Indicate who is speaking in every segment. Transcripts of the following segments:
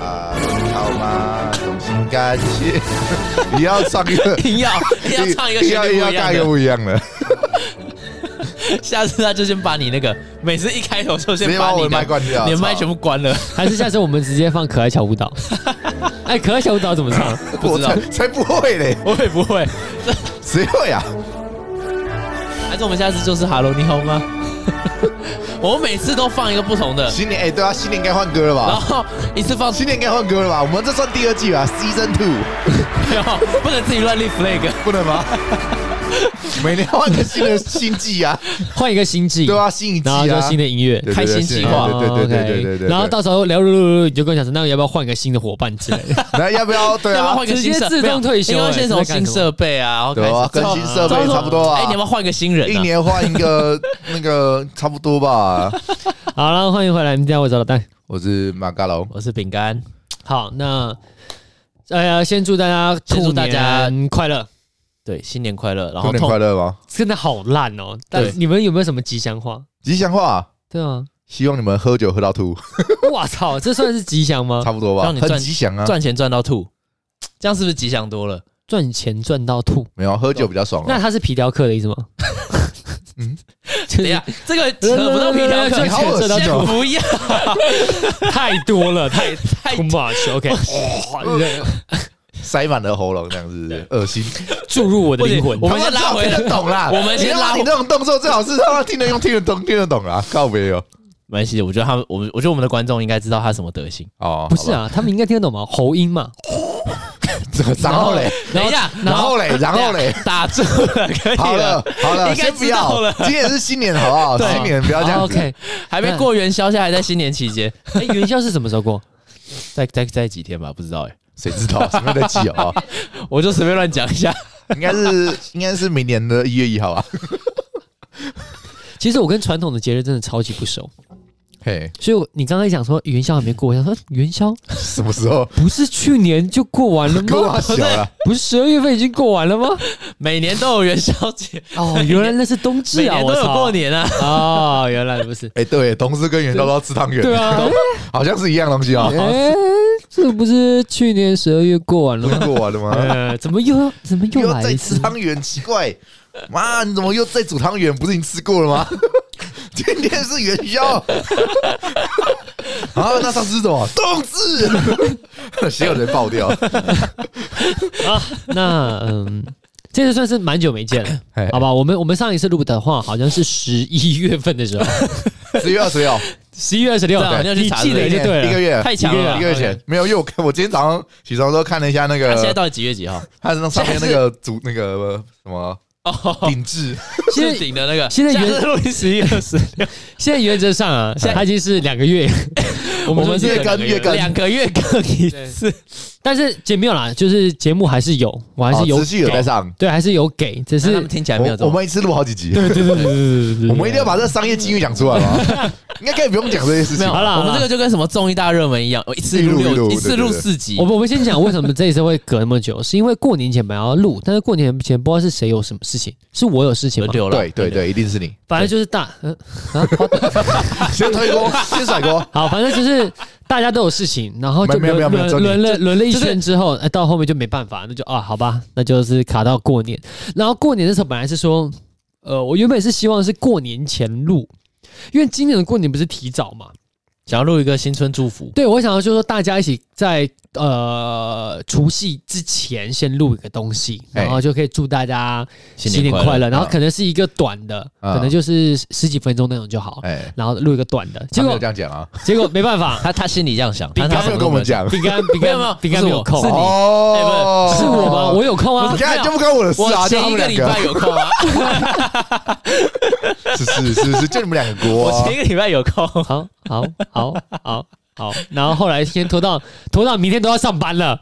Speaker 1: 啊，好吗？衷心感谢。 你要唱一个，
Speaker 2: 硬 要硬要唱一
Speaker 1: 要
Speaker 2: 个旋律不
Speaker 1: 要
Speaker 2: 一
Speaker 1: 干
Speaker 2: 样
Speaker 1: 一个
Speaker 2: 的，
Speaker 1: 不一样的，
Speaker 2: 下次他就先把你那个每次一开头就
Speaker 1: 直
Speaker 2: 先
Speaker 1: 接把
Speaker 2: 你
Speaker 1: 啊我
Speaker 2: 的
Speaker 1: 的麦关掉，
Speaker 2: 你的麦
Speaker 1: 操
Speaker 2: 全部关了，
Speaker 3: 还是下次我们直接放可爱小 舞蹈？哎，可爱小舞蹈怎么唱？
Speaker 2: 不知道
Speaker 1: 我才才不会嘞，
Speaker 2: 我也不会。
Speaker 1: 谁会啊？
Speaker 2: 还是我们下次就是 Hello 你好吗？ 我们每次都放一个不同的，
Speaker 1: 新年哎，对啊，新年该换歌了
Speaker 2: 然
Speaker 1: 吧？
Speaker 2: 后一次放
Speaker 1: 新年该换歌了吧？我们这算第二季吧，Season Two，
Speaker 2: 没有，不能自己乱立 flag。
Speaker 1: 不能 吗？每年换个新的新季啊，
Speaker 3: 换一个新季，
Speaker 1: 对啊，新一季
Speaker 3: 然后就
Speaker 1: 啊，
Speaker 3: 新的音乐。
Speaker 1: 对对对
Speaker 2: 开心
Speaker 1: 新
Speaker 2: 计划
Speaker 1: 对对对对对对对。
Speaker 3: 然后到时候聊聊聊聊，你就跟我讲说，那要不要换一个新的伙伴之类的？
Speaker 1: 然后要不要？对
Speaker 2: 要不要
Speaker 1: 啊
Speaker 2: 换，一个新设
Speaker 3: 直接自动退休
Speaker 2: 没有因为
Speaker 3: 哎
Speaker 2: 先
Speaker 3: 你
Speaker 2: 从
Speaker 3: 在干
Speaker 2: 新
Speaker 3: 什么
Speaker 2: 设备啊，然后
Speaker 1: 对啊，
Speaker 2: 开
Speaker 1: 跟
Speaker 2: 始
Speaker 1: 新设备差不多
Speaker 2: 哎，你
Speaker 1: 啊
Speaker 2: 要不。要换个新人啊？
Speaker 1: 一年换一个那个差不多吧。
Speaker 3: 好，然后欢迎回来，你家我找老蛋。
Speaker 1: 我是马嘎龙，
Speaker 2: 我是饼干，
Speaker 3: 好，那哎呀，先祝大家
Speaker 2: 先祝大家
Speaker 3: 兔年快乐。
Speaker 2: 对，新年快乐，然后
Speaker 1: 过年快
Speaker 2: 痛
Speaker 1: 乐吗？
Speaker 3: 真的好烂哦！
Speaker 2: 对
Speaker 3: 但你们有没有什么吉祥话？
Speaker 1: 吉祥话，
Speaker 3: 对啊，
Speaker 1: 希望你们喝酒喝到吐，
Speaker 3: 我操，这算是吉祥吗？
Speaker 1: 差不多吧，
Speaker 2: 啊让你赚
Speaker 1: 很吉祥啊。
Speaker 2: 赚钱赚到吐，这样是不是吉祥多了？
Speaker 3: 赚钱赚到吐，
Speaker 1: 没有喝酒比较爽
Speaker 3: 那
Speaker 1: 啊。
Speaker 3: 他是皮条客的意思吗？
Speaker 2: 等一下，这个
Speaker 3: 呃
Speaker 2: 扯不到皮条客
Speaker 3: 赚
Speaker 1: 你好恶
Speaker 3: 钱赚
Speaker 1: 心
Speaker 3: 到
Speaker 1: 哦
Speaker 2: 先
Speaker 3: 吐，
Speaker 2: 不要，
Speaker 3: 啊太多了， 太
Speaker 2: 太
Speaker 3: too much。OK，
Speaker 1: 塞满了喉咙这样子，恶心。
Speaker 3: 注入我的灵魂
Speaker 2: 不。我们先拉回来
Speaker 1: 他妈知道听得懂啦。
Speaker 2: 我们先
Speaker 1: 你他妈
Speaker 2: 拉回
Speaker 1: 你那种动作最好是他妈听得用、听得懂、听得懂啦。告别哦。
Speaker 2: 没关系，我觉得他们，我们我觉得我们的观众应该知道他什么德行。
Speaker 1: 哦，
Speaker 3: 不是啊，他们应该听得懂吗？喉音嘛。
Speaker 1: 好吧， 然后嘞，
Speaker 2: 等一下，
Speaker 1: 然后嘞，然后 嘞，
Speaker 2: 打住了，可以
Speaker 1: 好 了，好了，
Speaker 2: 啊应该
Speaker 1: 先不
Speaker 2: 知道
Speaker 1: 要
Speaker 2: 了。
Speaker 1: 今年是新年，好不好？
Speaker 2: 对哦
Speaker 1: 新年 不要这
Speaker 3: 好
Speaker 1: 样子。
Speaker 3: 哦 OK，
Speaker 2: 还没过元宵，现在还在新年期间，
Speaker 3: 哎，元宵是什么时候过？
Speaker 2: 再再再几天吧，不知道哎，
Speaker 1: 谁知道什么在记 哦？
Speaker 2: 我就随便乱讲一下。
Speaker 1: 应该是应该是明年的一月一号啊。
Speaker 3: 其实我跟传统的节日真的超级不熟，
Speaker 1: 嘿，
Speaker 3: 所以我你刚才讲说元宵还没过，我想说元宵
Speaker 1: 什么时候？
Speaker 3: 不是去年就过完了
Speaker 1: 跟
Speaker 3: 吗
Speaker 1: 我？小了，
Speaker 3: 不是十二月份已经过完了吗？
Speaker 2: 每年都有元宵节，
Speaker 3: 哦，原来那是冬
Speaker 2: 每
Speaker 3: 至啊！
Speaker 2: 年
Speaker 3: 我
Speaker 2: 都有
Speaker 3: 操
Speaker 2: 过年啊。
Speaker 3: 哦，原来不是。
Speaker 1: 哎、对，同事跟元宵都要吃汤圆，
Speaker 3: 对啊，
Speaker 1: 好像是一样东西啊、
Speaker 2: 哦
Speaker 3: 哎，这不是去年十二月过完了
Speaker 1: 不是
Speaker 3: 吗？
Speaker 1: 过完了 吗？
Speaker 3: 呃，怎么又要怎么又
Speaker 1: 又
Speaker 3: 来
Speaker 1: 再
Speaker 3: 一
Speaker 1: 吃
Speaker 3: 次？
Speaker 1: 汤圆，奇怪，妈，你怎么又再煮汤圆？不是已经吃过了吗？ 今天是元 宵。啊，那上次是什么？冬至， 谁有人爆掉？
Speaker 3: 那嗯，这次算是蛮久没见了，
Speaker 1: 哎
Speaker 3: 好吧？我们我们上一次录的话，好像是十一月份的时候，
Speaker 1: 十月二十六，
Speaker 3: 十一月二十六
Speaker 2: 对啊，你要去
Speaker 3: 你
Speaker 2: 查
Speaker 3: 记得
Speaker 2: 对
Speaker 3: 就对了。
Speaker 1: 一个月，
Speaker 2: 太强了
Speaker 1: 一个月前没有，因为我看我今天早上起床的时候看了一下那
Speaker 2: 他现在
Speaker 1: 个，
Speaker 2: 到底几月几号？
Speaker 1: 他那上面那个组那个什么
Speaker 2: 哦，
Speaker 1: 顶置，
Speaker 3: 现在
Speaker 2: 置顶的那个，
Speaker 3: 现在原
Speaker 2: 录音十一二十六，
Speaker 3: 现在原则上啊，它已经是两个月，我
Speaker 1: 我们
Speaker 3: 是
Speaker 1: 月更
Speaker 3: 两个
Speaker 1: 月更
Speaker 2: 两个月更一次，
Speaker 3: 但是节没有啦，就是节目还是有，我还
Speaker 1: 哦
Speaker 3: 是有
Speaker 1: 持续有在
Speaker 3: 给，
Speaker 1: 上。
Speaker 3: 对，还是有给，只
Speaker 2: 是
Speaker 3: 是
Speaker 2: 听起来没有这
Speaker 1: 我我
Speaker 2: 么。
Speaker 1: 们一次录好几集，
Speaker 3: 对对对对对对对对，
Speaker 1: 我们一定要把这商业机密讲出来吧？应该可以不用讲这些事
Speaker 2: 没
Speaker 1: 情
Speaker 2: 有，
Speaker 3: 好啦
Speaker 2: 我们
Speaker 3: 好啦
Speaker 2: 这个就跟什么综艺大热门一样，一次录
Speaker 1: 一路一
Speaker 2: 六，
Speaker 1: 路
Speaker 2: 一次录
Speaker 1: 对对对
Speaker 2: 四集
Speaker 3: 我。们我们先讲为什么这一次会隔那么久，是因为过年前本来要录，但是过年前不知道是谁有什么事情，是我有事情
Speaker 2: 轮
Speaker 3: 吗？
Speaker 2: 流了，
Speaker 1: 对对对，一定是你。
Speaker 3: 反正就是大，嗯、啊，
Speaker 1: 先推锅，先甩锅。
Speaker 3: 好，反正就是大家都有事情，然后就
Speaker 1: 没有没有
Speaker 3: 轮
Speaker 1: 没有
Speaker 3: 轮
Speaker 1: 只有你
Speaker 3: 轮了轮了一
Speaker 2: 就是
Speaker 3: 圈之后，哎，到后面就没办法，那就啊，好吧，那就是卡到过年。然后过年的时候本来是说，呃，我原本是希望是过年前录，因为今年的过年不是提早嘛，
Speaker 2: 想要录一个新春祝福，
Speaker 3: 对，我想要就是说大家一起在呃除夕之前先录一个东西，
Speaker 1: 哎
Speaker 3: 然后就可以祝大家新年
Speaker 2: 年
Speaker 3: 快
Speaker 2: 乐。
Speaker 3: 乐。然后可能是一个短的，
Speaker 1: 啊
Speaker 3: 可能就是十几分钟那种就好。
Speaker 1: 哎，
Speaker 3: 然后录一个短的，
Speaker 1: 他
Speaker 3: 结
Speaker 1: 没有
Speaker 3: 果
Speaker 1: 这样讲啊，
Speaker 3: 结果没办法，
Speaker 2: 他他心里这样想，
Speaker 1: 他
Speaker 2: 他
Speaker 1: 没有跟我们，讲。
Speaker 3: 饼干 饼
Speaker 2: 没
Speaker 3: 干
Speaker 2: 有没有
Speaker 3: 饼干没有空
Speaker 2: 是，你
Speaker 1: 哦
Speaker 3: 哎是我吗？我有空啊
Speaker 1: 你。看就不关我的事
Speaker 2: 我
Speaker 1: 啊，就他
Speaker 2: 前一
Speaker 1: 们
Speaker 2: 个
Speaker 1: 两
Speaker 2: 礼拜有 空啊，
Speaker 1: 是是是是，就你们两个锅
Speaker 2: 我
Speaker 1: 啊
Speaker 2: 前。一个礼拜有空，
Speaker 3: 好好好好好，然后后来先拖到拖到明天都要上班了，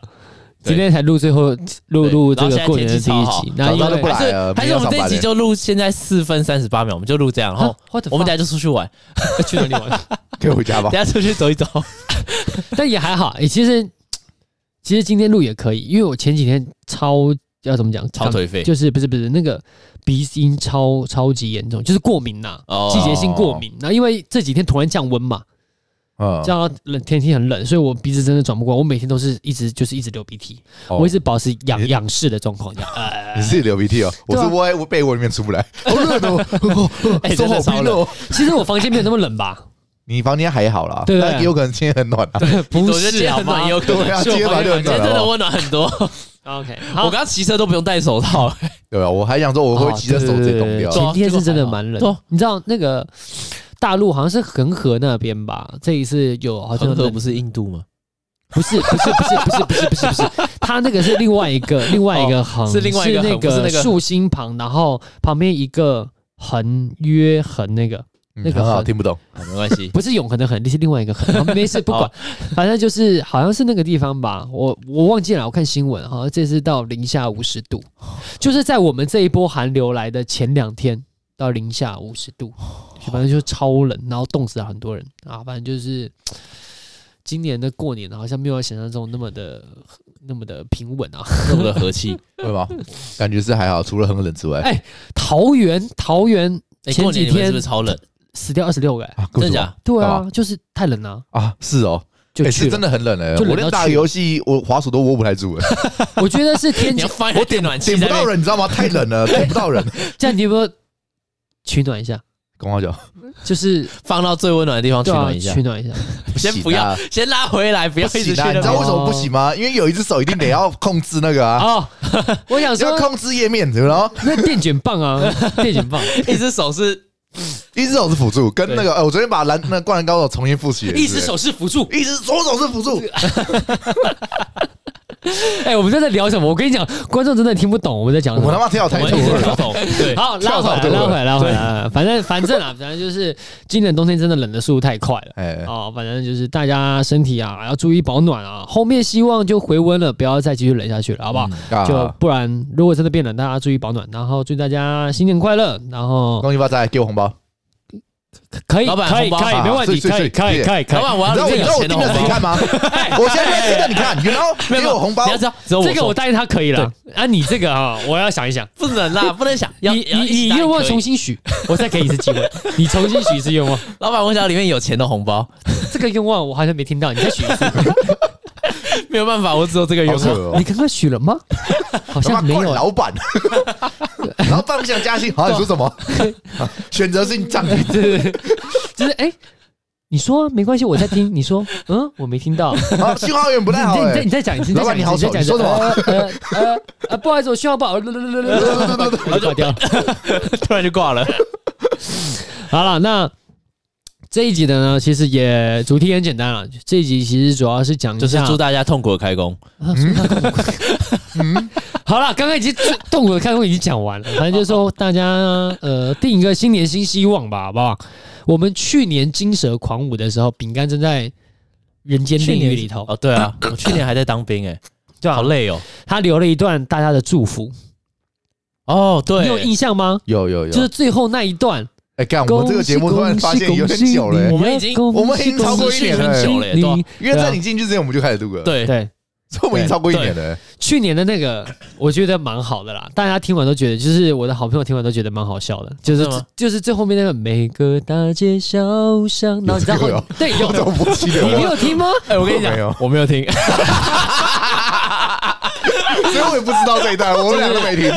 Speaker 2: 对
Speaker 3: 今天才录最后录
Speaker 2: 对
Speaker 3: 录
Speaker 2: 然后
Speaker 3: 这个
Speaker 2: 现在
Speaker 3: 过年的
Speaker 2: 天气
Speaker 3: 第一
Speaker 2: 超好
Speaker 3: 集，然后
Speaker 1: 早上
Speaker 3: 因
Speaker 1: 就不
Speaker 3: 为
Speaker 1: 来
Speaker 2: 还是
Speaker 1: 了
Speaker 2: 还是我们这一集就录现在四分三十八秒，我们就录这样，然后
Speaker 3: 啊，what the
Speaker 2: 哦我们
Speaker 3: fuck？
Speaker 2: 等下就出去玩，
Speaker 3: 去哪里 玩？
Speaker 1: 可以回家吧
Speaker 2: 等。下出去走 一走。
Speaker 3: 但也还好，诶其实其实今天录也可以，因为我前几天超要怎么讲，
Speaker 2: 超颓废
Speaker 3: 就是不是不是那个鼻音超超级严重，就是过敏呐、
Speaker 2: 哦哦
Speaker 3: 季节性过敏。然后因为这几天突然降温嘛，
Speaker 1: 嗯
Speaker 3: 这样冷天气很冷，所以我鼻子真的转不过来，我每天都是一直就是一直流鼻涕，
Speaker 1: 哦
Speaker 3: 我一直保持仰
Speaker 1: 你
Speaker 3: 仰视的状况，这样呃，
Speaker 1: 你是流鼻涕哦，我
Speaker 3: 对啊
Speaker 1: 是窝在被窝里面出不来，好热 哦，
Speaker 3: 哎
Speaker 1: 手
Speaker 3: 真的
Speaker 1: 好
Speaker 3: 超
Speaker 1: 冰
Speaker 3: 冷
Speaker 1: 哦。
Speaker 3: 其实我房间没有那么 冷吧？
Speaker 1: 你房间还好啦，
Speaker 3: 对
Speaker 1: 但也有可能今天很暖啊。
Speaker 3: 不
Speaker 2: 我觉得今
Speaker 3: 是
Speaker 2: 天
Speaker 3: 好
Speaker 2: 很暖
Speaker 3: 吗
Speaker 2: 也有可能。
Speaker 1: 对啊，
Speaker 3: 是
Speaker 1: 今
Speaker 3: 我
Speaker 1: 天
Speaker 3: 房
Speaker 1: 晚上
Speaker 3: 间
Speaker 1: 就很
Speaker 2: 今
Speaker 1: 暖
Speaker 2: 天真的
Speaker 1: 了哦。
Speaker 2: 温暖很多，
Speaker 3: ？OK，
Speaker 2: 我
Speaker 3: 好
Speaker 2: 刚，刚骑车都不用戴手 套。
Speaker 1: 对啊，我还想说我会急着手直接冻掉
Speaker 3: 哦对对对对
Speaker 2: 对。啊
Speaker 3: 前天是真的蛮
Speaker 2: 这个还
Speaker 3: 冷
Speaker 2: 好，
Speaker 3: 你知道那个大陆好像是恒河那边吧？这一次有好像
Speaker 2: 恒河
Speaker 3: 冷
Speaker 2: 不是印度吗？
Speaker 3: 不是不是不是不是不是不是不是，它那个是另外一个另外一个横，
Speaker 2: 哦是另外一个
Speaker 3: 是那
Speaker 2: 横不是那个
Speaker 3: 竖心旁，然后旁边一个横约横那个。
Speaker 1: 嗯
Speaker 3: 那个
Speaker 1: 很好，
Speaker 3: 很
Speaker 1: 听不懂。
Speaker 2: 啊，没关系。
Speaker 3: 不是永恒的恒，是另外一 个恒，好没事不管，反正就是好像是那个地方吧，我我忘记了，我看新闻啊好像这次到零下五十度，
Speaker 2: 哦
Speaker 3: 就是在我们这一波寒流来的前两天到零下五十度，
Speaker 2: 哦
Speaker 3: 反正就超冷，然后冻死了很多人啊，反正就是今年的过年好像没有想象中那么的那么的平稳啊。
Speaker 2: 那么的和 气。
Speaker 1: 会 吗？感觉是还好，除了很冷之外
Speaker 3: 哎。桃园桃园
Speaker 2: 哎，
Speaker 3: 前
Speaker 2: 过年
Speaker 3: 几
Speaker 2: 你们
Speaker 3: 天
Speaker 2: 是不是超冷？
Speaker 3: 死掉二十六个、欸，
Speaker 1: 啊，为
Speaker 2: 真的
Speaker 1: 什么
Speaker 2: 假？
Speaker 3: 对
Speaker 1: 干
Speaker 3: 啊，就是太冷了、
Speaker 1: 啊，是哦，
Speaker 3: 就
Speaker 1: 哎
Speaker 3: 去
Speaker 1: 是
Speaker 3: 了。
Speaker 1: 真的很冷哎。
Speaker 3: 就冷
Speaker 1: 我
Speaker 3: 到
Speaker 1: 连打个
Speaker 3: 去了
Speaker 1: 游戏，我滑鼠都握不太住 哎，
Speaker 3: 我觉得是天
Speaker 2: 你
Speaker 3: 气
Speaker 2: 要放一台电暖气
Speaker 1: 点
Speaker 2: 在
Speaker 1: 不
Speaker 2: 那
Speaker 1: 到
Speaker 2: 边。
Speaker 1: 人，你知道吗？太冷 了，点不到人。
Speaker 3: 这样你有没有取暖一下？
Speaker 1: 跟我讲，
Speaker 3: 就是
Speaker 2: 放到最温暖的地方
Speaker 1: 哦
Speaker 2: 取
Speaker 3: 对啊
Speaker 2: 暖一下
Speaker 3: 取。暖一下。
Speaker 2: 先
Speaker 1: 行
Speaker 2: 不要
Speaker 1: 啊，
Speaker 2: 先拉回来，不
Speaker 1: 不
Speaker 2: 要一直
Speaker 1: 行
Speaker 2: 哦去
Speaker 1: 啊！你
Speaker 2: 那
Speaker 1: 知道
Speaker 2: 边
Speaker 3: 我。
Speaker 1: 为什么不行吗？因为有一只手一定得要控制那个啊，
Speaker 3: 哦， 我想
Speaker 1: 要
Speaker 3: 说，
Speaker 1: 控制页面，然后
Speaker 3: 那电卷 棒啊，电卷棒，
Speaker 2: 一只手是
Speaker 1: 一只手是辅助，跟那个呃，我昨天把篮那《灌篮高手》重新复习了，
Speaker 2: 一只手是辅助，
Speaker 1: 一只左手是辅 助，
Speaker 3: 哎、我们在在聊什么？我跟你讲，观众真的听不懂我们在讲
Speaker 1: 我
Speaker 3: 什
Speaker 1: 们他
Speaker 3: 么。
Speaker 1: 妈跳
Speaker 2: 我
Speaker 1: 太
Speaker 2: 们
Speaker 1: 多
Speaker 2: 一直
Speaker 1: 了。
Speaker 2: 跳动。对，
Speaker 3: 好，拉
Speaker 1: 跳
Speaker 3: 回
Speaker 1: 槽
Speaker 3: 来，
Speaker 1: 对不对
Speaker 3: 拉回来，拉回来。反正反正啊，反正就是今年冬天真的冷的速度太快了。
Speaker 1: 哎，
Speaker 3: 哦，反正就是大家身体啊要注意保暖啊，后面希望就回温了，不要再继续冷下去了，好不好？
Speaker 2: 嗯
Speaker 1: 干
Speaker 3: 就不然如果真的变冷，大家注意保暖，然后祝大家新年快乐，然后
Speaker 1: 恭喜发财，给我红包。
Speaker 3: 可以，
Speaker 2: 老板
Speaker 3: 可以，
Speaker 2: 红包
Speaker 3: 可以，没问题，
Speaker 1: 好
Speaker 3: 可以，
Speaker 1: 碎碎
Speaker 3: 可以，
Speaker 1: 碎
Speaker 3: 可以，可
Speaker 2: 老板，
Speaker 3: 以。
Speaker 2: 我
Speaker 1: 你知道
Speaker 2: 要
Speaker 1: 我
Speaker 2: 领
Speaker 1: 你
Speaker 2: 啊
Speaker 1: 知道我
Speaker 2: 这个有钱的
Speaker 1: 盯
Speaker 2: 红
Speaker 1: 着谁
Speaker 2: 包。
Speaker 1: 看吗？我现在盯着你看，你知道
Speaker 2: 没有
Speaker 1: 给我红包
Speaker 2: 你要，知道，只有我
Speaker 3: 这个我
Speaker 2: 说
Speaker 3: 答应他可以了啊，你这个啊，我要想一想。
Speaker 2: 不能啦，不能想。要
Speaker 3: 你
Speaker 2: 要一
Speaker 3: 你
Speaker 2: 起
Speaker 3: 你
Speaker 2: 打
Speaker 3: 愿望
Speaker 2: 可以
Speaker 3: 重新许，我再给你一次 机会。你重新许一次愿望，
Speaker 2: 老板，我想要里面有钱的红包，
Speaker 3: 这个愿望我好像没听到，你再许一 次。
Speaker 2: 没有办法，我只有这个愿
Speaker 1: 好扯
Speaker 2: 望。
Speaker 1: 哦
Speaker 3: 你！刚刚许了 吗？
Speaker 1: 他
Speaker 3: 好
Speaker 1: 妈
Speaker 3: 像没
Speaker 1: 惯
Speaker 3: 有。啊
Speaker 1: 老 板，老板不想加薪，好，你说什么？啊选择性降 低，
Speaker 3: 对对对，就是哎，你说啊没关系，我在听。你说，嗯，我没 听到。
Speaker 1: 好，啊信号有点不
Speaker 3: 你
Speaker 1: 太好。
Speaker 3: 再你再
Speaker 1: 哎
Speaker 3: 你再讲一次，你再
Speaker 1: 老
Speaker 3: 讲
Speaker 1: 板
Speaker 3: 一
Speaker 1: 你
Speaker 3: 次，
Speaker 1: 好
Speaker 3: 你再
Speaker 1: 丑
Speaker 3: 讲一次。呃呃呃呃，不好意思，我信 号不好，
Speaker 1: 哎
Speaker 3: 我 就挂掉了。
Speaker 2: 突然就挂了。
Speaker 3: 好了，那这一集的呢，其实也主题很简单了。这一集其实主要是讲 一
Speaker 2: 就是
Speaker 3: 下
Speaker 2: 祝大家痛苦的开工。
Speaker 3: 好了，刚刚已经最动我的看过已经讲完了，反正就是说大家呃定一个新年新希望吧，好不好？我们去年金蛇狂舞的时候，饼干正在人间炼狱里头，
Speaker 2: 哦，对 啊，我去年还在当兵哎，
Speaker 3: 对啊
Speaker 2: 好累哦。
Speaker 3: 他留了一段大家的祝福，
Speaker 2: 哦，
Speaker 3: 你有
Speaker 2: 对，
Speaker 3: 印象吗？
Speaker 1: 有有有，
Speaker 3: 就是最后那一段，
Speaker 1: 哎，干，我们这个节目突然发现有点久了。哎
Speaker 3: 啊
Speaker 2: 我们已经
Speaker 1: 我们已经超过一年了
Speaker 2: 哎
Speaker 3: 你
Speaker 2: 对啊
Speaker 1: 因为在你进去之前我们就开始录了，，
Speaker 2: 对，
Speaker 3: 对，
Speaker 1: 所以我们已经超过一年了。哎
Speaker 3: 去年的那个，我觉得蛮好的啦，大家听完都觉得，就是我的好朋友听完都觉得蛮好笑的，就是
Speaker 2: 真的吗
Speaker 3: 就是最后面那个每个大街小巷，然后你知道
Speaker 1: 有这个哦
Speaker 3: 对有
Speaker 1: 我怎么不记得
Speaker 3: 你没
Speaker 1: 了？
Speaker 3: 有听吗？
Speaker 2: 哎，我跟你讲
Speaker 1: 我没有，
Speaker 2: 我没有 听，
Speaker 1: 所以我也不知道这一 段，我们俩都没听。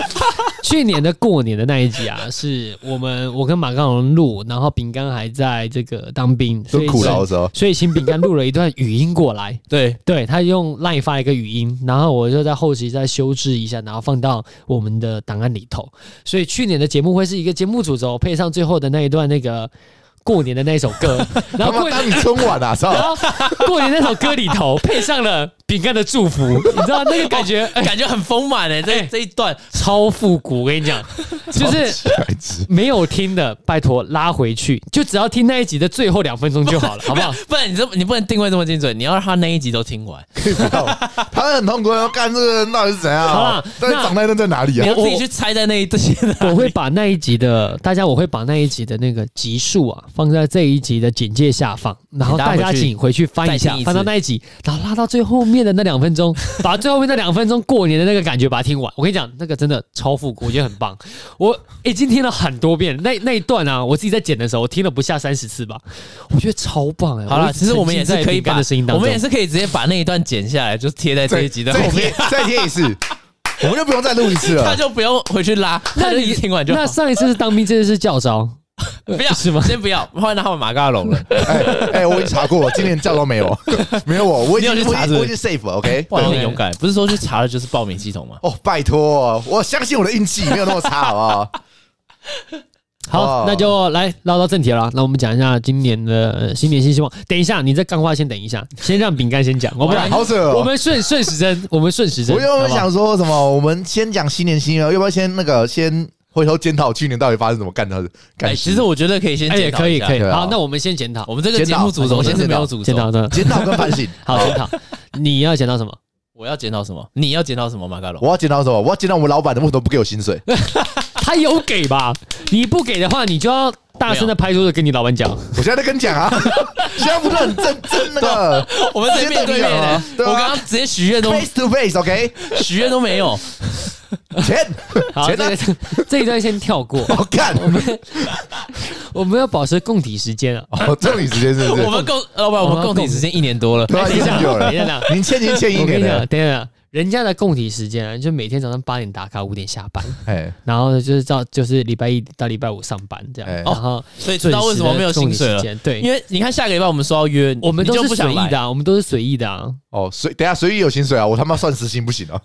Speaker 3: 去年的过年的那一集啊，是我们我跟马刚龙录，然后饼干还在这个当兵，所
Speaker 1: 都
Speaker 3: 以
Speaker 1: 苦劳的时候，
Speaker 3: 所以请饼干录了一段语音过来，
Speaker 2: 对，
Speaker 3: 对他用 LINE 发了一个语音，然后我就在后期再修饰一下，然后放到我们的档案里头。所以去年的节目会是一个节目主轴，配上最后的那一段那个过年的那一首歌，然
Speaker 1: 他
Speaker 3: 后
Speaker 1: 妈
Speaker 3: 过
Speaker 1: 当你春晚啊，操
Speaker 3: 然！后过年那首歌里头配上了饼干的祝福，你知道那个感觉、哎
Speaker 2: 感觉很丰满哎，这这一段
Speaker 3: 超复古，我跟你讲，就是。
Speaker 1: 白痴，
Speaker 3: 没有听的，拜托拉回去，就只要听那一集的最后两分钟就好了，好不好？
Speaker 2: 不然你这你不能定位这么精准，你要让他那一集都听完。
Speaker 1: 以不 要，他很痛苦，要干这个人到底是怎样
Speaker 3: 好啦
Speaker 1: 啊？但是
Speaker 3: 那
Speaker 1: 长那一顿在哪里
Speaker 2: 你
Speaker 1: 啊
Speaker 2: 要？自己去猜在那一这些哪
Speaker 3: 我
Speaker 2: 里
Speaker 3: 会把那一集的大家，我会把那一集的那个集数啊，放在这一集的简介下方，然后
Speaker 2: 请大家
Speaker 3: 大家
Speaker 2: 回去
Speaker 3: 请回去翻一
Speaker 2: 再
Speaker 3: 下，
Speaker 2: 听一次
Speaker 3: 翻到那一集，然后拉到最后面的那两分钟，把最后面那两分钟过年的那个感觉把它听完。我跟你讲，那个真的超复古，我觉得很棒。我已经听了很多遍，那那一段啊，我自己在剪的时候，我听了不下三十次吧，我觉得超棒 哎、
Speaker 2: 好了，
Speaker 3: 一直
Speaker 2: 其实我们也是
Speaker 3: 沉浸
Speaker 2: 可
Speaker 3: 在
Speaker 2: 以
Speaker 3: 饼干
Speaker 2: 把
Speaker 3: 的声音，当
Speaker 2: 我
Speaker 3: 中，
Speaker 2: 们也是可以直接把那一段剪下来，就贴在这一集的后
Speaker 1: 再
Speaker 2: 面，
Speaker 1: 贴再贴一次，我们就不用再录一次
Speaker 2: 他
Speaker 1: 了。
Speaker 2: 就不用回去拉，
Speaker 3: 那
Speaker 2: 他就
Speaker 3: 你
Speaker 2: 听完就好
Speaker 3: 那。上一次是当兵，这次是教招，
Speaker 2: 不要
Speaker 3: 是吗
Speaker 2: 先不要，换到他们马嘎龙 了。
Speaker 1: 哎哎，我已经查过，今年教都没有， 没有我，我已经
Speaker 2: 你有去查
Speaker 1: 我已
Speaker 2: 是不是
Speaker 1: 我已经 safe 了，OK。
Speaker 2: 哇，你很勇敢，不是说去查了就是报名系统吗？
Speaker 1: 哦，拜托，我相信我的运气没有那么差，好不好？
Speaker 3: 好
Speaker 1: 哦，
Speaker 3: 那就来唠到正题了啦。那我们讲一下今年的呃新年新希望。等一下，你这干话先等一下，先让饼干先讲。我们来
Speaker 1: 好扯
Speaker 3: 我
Speaker 1: 哦！
Speaker 3: 们顺 顺时针，我们顺时针。
Speaker 1: 我原本
Speaker 3: 好不好
Speaker 1: 想说什么，我们先讲新年新愿望，要不要先那个先回头检讨去年到底发生什么干的干
Speaker 2: 哎，
Speaker 1: 事？
Speaker 2: 其实我觉得可以先
Speaker 3: 哎，也
Speaker 2: 检讨
Speaker 3: 可以
Speaker 2: 一下
Speaker 3: 可以。
Speaker 1: 对啊
Speaker 3: 好，那我们先检讨，
Speaker 2: 我们这个
Speaker 1: 检
Speaker 2: 节
Speaker 1: 讨
Speaker 2: 目组首先是没有
Speaker 1: 我
Speaker 2: 诅
Speaker 3: 检讨
Speaker 2: 咒，
Speaker 3: 的
Speaker 1: 检讨跟反省，
Speaker 3: 好检讨。 你要检讨什么？
Speaker 2: 我要检讨什么？你要检讨什么？马嘎龙？
Speaker 1: 我要检讨什么？我要检讨我们老板为什么不给我薪水？
Speaker 3: 他有给吧？你不给的话，你就要大声的拍桌子跟你老板讲。
Speaker 1: 我现在在跟你讲啊，现在不是很正真那个
Speaker 2: 我们在面对面的，
Speaker 1: 对啊
Speaker 2: 啊我刚刚直接许愿都
Speaker 1: face to face，OK？
Speaker 2: 许愿都没有，
Speaker 1: 钱
Speaker 3: 好，这
Speaker 1: 钱呢
Speaker 3: 个？这一段先 跳过。
Speaker 1: 我干！
Speaker 3: 我们要保持共体时间啊。
Speaker 1: 哦，这里时间是不
Speaker 2: 我
Speaker 1: 是？
Speaker 2: 们共老板，我们共体时间一年多了，
Speaker 1: 对啊，已经有
Speaker 3: 等
Speaker 1: 了
Speaker 3: 一。下，
Speaker 1: 您欠您欠一
Speaker 3: 我跟
Speaker 1: 年
Speaker 3: 你
Speaker 1: 了
Speaker 3: 讲，，等一下，人家的共体时间啊，就每天早上八点打卡，五点下班。
Speaker 1: 哎，
Speaker 3: 然后就是到就是礼拜一到礼拜五上班这样，
Speaker 1: 哎
Speaker 3: 然后
Speaker 2: 所哦以知道为什么没有薪水了
Speaker 3: 准时的重点时。间？对，
Speaker 2: 因为你看下个礼拜我们说要约，
Speaker 3: 我们
Speaker 2: 你
Speaker 3: 都
Speaker 2: 就是不
Speaker 3: 随
Speaker 2: 想
Speaker 3: 意
Speaker 2: 来
Speaker 3: 的、啊，我们都是随意的啊。
Speaker 1: 哦，随等一下随意有薪水啊，我他妈算时薪不行啊，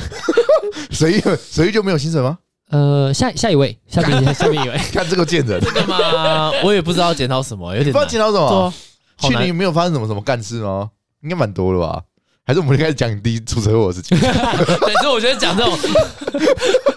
Speaker 1: 随意随意就没有薪水吗？
Speaker 3: 呃，下下一位，下 面下面一位，
Speaker 1: 看这个贱人，
Speaker 2: 这个嘛， 我也不知道检讨什么，有
Speaker 1: 不知
Speaker 2: 点
Speaker 1: 道
Speaker 2: 难。
Speaker 1: 检讨什
Speaker 2: 对
Speaker 1: 么
Speaker 2: 啊。好
Speaker 1: 去
Speaker 2: 难
Speaker 1: 年没有发生什么什么干事吗？应该蛮多的吧？还是我们就开始讲你第一出车祸的事情？
Speaker 2: 对，所以我觉得讲这种，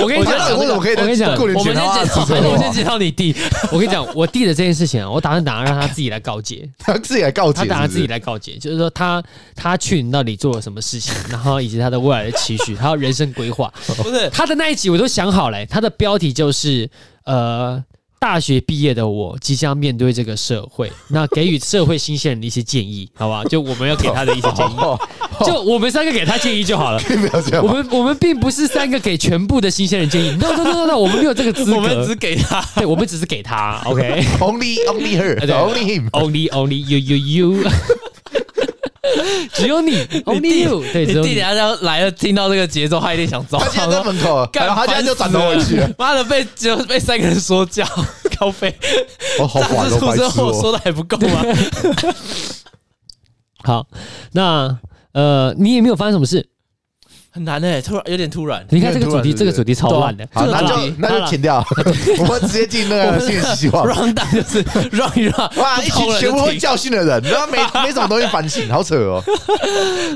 Speaker 3: 我跟
Speaker 1: 我
Speaker 3: 你
Speaker 1: 觉
Speaker 3: 讲，
Speaker 1: 得为什么可以
Speaker 3: 我跟你
Speaker 1: 在
Speaker 3: 讲
Speaker 1: 过年
Speaker 2: 我们先
Speaker 1: 前
Speaker 2: 检讨，
Speaker 1: 出车
Speaker 2: 还是我
Speaker 1: 祸
Speaker 2: 先检讨你弟？
Speaker 3: 我跟你讲，我弟的这件事情啊，我打算打算让他自己来告诫，
Speaker 1: 他自己来告解是不
Speaker 3: 他
Speaker 1: 是，
Speaker 3: 打算自己来告诫，就是说他他去你到底做了什么事情，然后以及他的未来的期许，还有人生规划。
Speaker 2: 不是，
Speaker 3: 他的那一集我都想好了、他的标题就是呃。大学毕业的我即将面对这个社会， 那给予社会新鲜人的一些建议，好吧？就我们要给他的一些建 议，
Speaker 1: 哦，
Speaker 3: 就我们三个给他建议就好了。
Speaker 1: 可以不要这样
Speaker 3: 我
Speaker 1: 吗。
Speaker 3: 们我们并不是三个给全部的新鲜人建议，no no no no no，我们没有这个资 格。
Speaker 2: 我们只给他，
Speaker 3: 对，我们只是给他，OK。
Speaker 1: Only only
Speaker 3: 哎 对
Speaker 1: her，only him。
Speaker 3: Only only you you you，只有你，Only
Speaker 2: 弟
Speaker 3: Oh, you，对，
Speaker 2: 你
Speaker 3: 只有
Speaker 2: 弟
Speaker 1: 啊
Speaker 3: 你。
Speaker 2: 等下来了，听到这个节奏，他一定想走。
Speaker 1: 他现在在门口，
Speaker 2: 干
Speaker 1: 然后他现在就转头
Speaker 2: 烦
Speaker 1: 回
Speaker 2: 死
Speaker 1: 去
Speaker 2: 了
Speaker 1: 了。
Speaker 2: 妈的被就被三个人说教， 高飞，
Speaker 1: 我好
Speaker 2: 上
Speaker 1: 烦
Speaker 2: 次
Speaker 1: 哦，
Speaker 2: 出
Speaker 1: 白痴
Speaker 2: 车祸
Speaker 1: 哦。
Speaker 2: 说的还不够吗？
Speaker 3: 好，那呃，你也没有发生什么事。
Speaker 2: 很难诶，突然有点突然。
Speaker 3: 你看这个
Speaker 1: 突
Speaker 3: 主
Speaker 1: 然
Speaker 3: 题，
Speaker 1: 是不啊
Speaker 3: 这
Speaker 1: 是
Speaker 3: 个主题超烂的。
Speaker 1: 好，
Speaker 3: 这个
Speaker 1: 那
Speaker 3: 主
Speaker 1: 就
Speaker 3: 题
Speaker 1: 那就剪 掉，我们直接进那个新年希望。
Speaker 2: round down 就是 round 一 round，
Speaker 1: 哇，
Speaker 2: 不
Speaker 1: 一
Speaker 2: 通
Speaker 1: 群
Speaker 2: 了
Speaker 1: 全
Speaker 2: 就
Speaker 1: 部会
Speaker 2: 停
Speaker 1: 教训的人，然 后没没什么东西反省，好扯哦。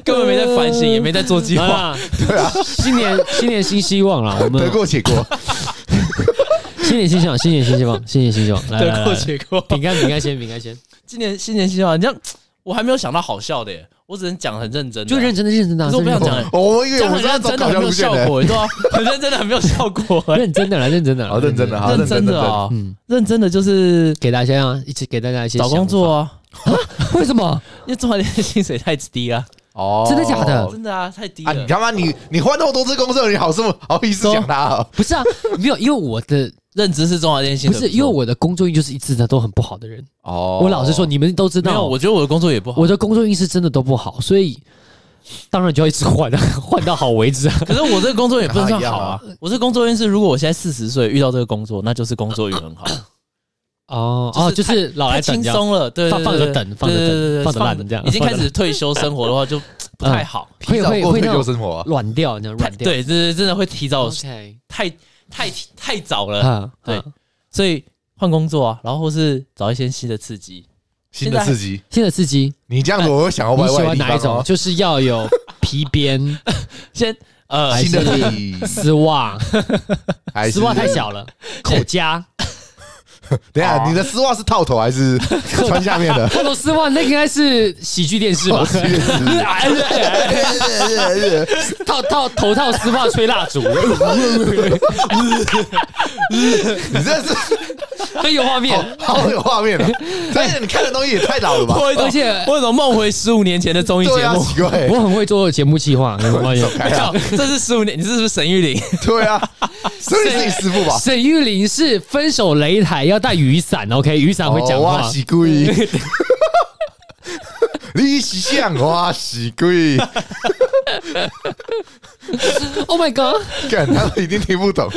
Speaker 2: 根本没在反省，也没在做计
Speaker 3: 好
Speaker 2: 划。
Speaker 3: 啦
Speaker 1: 对啊，
Speaker 3: 新年新年新希望啦，我
Speaker 1: 得
Speaker 3: 们
Speaker 1: 过且过。
Speaker 3: 新年新希望，新年新希望，新年新希望，来来
Speaker 2: 得过
Speaker 3: 来，
Speaker 2: 且过。
Speaker 3: 饼干饼干先，饼干先，
Speaker 2: 今年新年希望，你这样我还没有想到好笑的耶，我只能讲很认真的，
Speaker 3: 就认真的认真的啊，
Speaker 2: 可是我不想讲
Speaker 1: 哦我以为
Speaker 2: 讲
Speaker 1: 我们
Speaker 2: 很
Speaker 1: 是那
Speaker 2: 认
Speaker 1: 种
Speaker 2: 真
Speaker 1: 搞
Speaker 2: 的
Speaker 1: 笑
Speaker 2: 很没有
Speaker 1: 路线
Speaker 2: 效
Speaker 1: 的，
Speaker 2: 果，对 啊，很认真的很没有效果耶，
Speaker 3: 认真的啦，认真的啦，
Speaker 1: 好认真的，好
Speaker 2: 认
Speaker 1: 认
Speaker 2: 真
Speaker 1: 真
Speaker 2: 的
Speaker 1: 的。
Speaker 2: 哦，
Speaker 3: 嗯，
Speaker 2: 认真的就是
Speaker 3: 给大家啊，一直给大家一些
Speaker 2: 找工作啊，
Speaker 3: 想法，为什么？
Speaker 2: 因为中华电信薪水太低了，
Speaker 1: 哦
Speaker 3: 真的假的
Speaker 2: 真的啊，太低
Speaker 1: 啊，你
Speaker 2: 了。
Speaker 1: 他妈你你换那么多次工作，你好什么好意思讲他啊？
Speaker 3: 不是啊，没有，因为我的
Speaker 2: 认知是中华电信
Speaker 3: 不
Speaker 2: 的，
Speaker 3: 是，因为我的工作运就是一直的都很不好的人。
Speaker 1: 哦
Speaker 3: 我老实说，，你们都知
Speaker 2: 没
Speaker 3: 道，
Speaker 2: 有，我觉得我的工作也不好
Speaker 3: 我。的工作运是真的都不好，所以当然就要一直换啊，换到好为止啊。
Speaker 2: 可是我这个工作也不能算好
Speaker 1: 啊
Speaker 2: 啊！我这工作运是，如果我现在四十岁遇到这个工作，那就是工作运很 好，
Speaker 3: 哦
Speaker 2: 就是
Speaker 3: 哦，就是老
Speaker 2: 太
Speaker 3: 来等
Speaker 2: 轻
Speaker 3: 这样，
Speaker 2: 松了，对，对
Speaker 3: 放放着等放着等放着烂这样嗯
Speaker 2: 已经开始退休生活的话，就不太好。
Speaker 1: 提
Speaker 3: 会
Speaker 1: 早
Speaker 3: 会
Speaker 1: 过
Speaker 3: 会
Speaker 1: 退
Speaker 3: 那
Speaker 1: 休
Speaker 3: 种
Speaker 1: 生活啊。
Speaker 3: 软掉，那样
Speaker 2: 太
Speaker 3: 软掉。
Speaker 2: 对，这真的会提早，
Speaker 3: ，OK，
Speaker 2: 太太太早了，
Speaker 3: 啊，
Speaker 2: 呃对
Speaker 3: 对。
Speaker 2: 所以换工作啊，然后或是找一些新的刺激。
Speaker 1: 新的刺激，
Speaker 3: 新的刺激，
Speaker 1: 你这样子我会想要
Speaker 3: 你
Speaker 1: 歪
Speaker 3: 喜
Speaker 1: 歪
Speaker 3: 欢
Speaker 1: 的
Speaker 3: 哪一
Speaker 1: 地方
Speaker 3: 种？
Speaker 1: 哦。
Speaker 3: 就是要有皮 鞭、
Speaker 2: 先呃，
Speaker 3: 还
Speaker 1: 新
Speaker 3: 是
Speaker 1: 的刺激，
Speaker 3: 丝袜，
Speaker 1: 还是哎
Speaker 3: 丝袜太小了，口夹。
Speaker 1: 等一下，
Speaker 2: 哦
Speaker 1: 你的丝袜是套头还是穿下面的？哦
Speaker 3: 套头丝袜那个应该 是喜剧电视吧
Speaker 1: 我？ 记得是
Speaker 3: 套套头套丝袜吹蜡 烛，
Speaker 1: 你这是
Speaker 3: 很有画面。
Speaker 1: 好有画面啊！但是你看的东西也太老了吧？
Speaker 2: 我有一种
Speaker 3: 而且
Speaker 2: 我有一种梦回十五年前的综艺
Speaker 1: 对
Speaker 2: 节
Speaker 1: 啊，哎
Speaker 2: 目。
Speaker 1: 奇怪，
Speaker 3: 我很会做节目计划，很哎有画面。
Speaker 2: 没
Speaker 1: 啊
Speaker 2: 有，这是十五年，你这是不是沈玉玲？
Speaker 1: 对啊，所以你是你师傅 吧？
Speaker 3: 沈玉琳是分手擂台要带雨伞，OK，雨伞会讲
Speaker 1: 哦我
Speaker 3: 话。
Speaker 1: 是鬼， 你是像我是鬼，
Speaker 3: Oh my god，
Speaker 1: 干他们一定听不懂，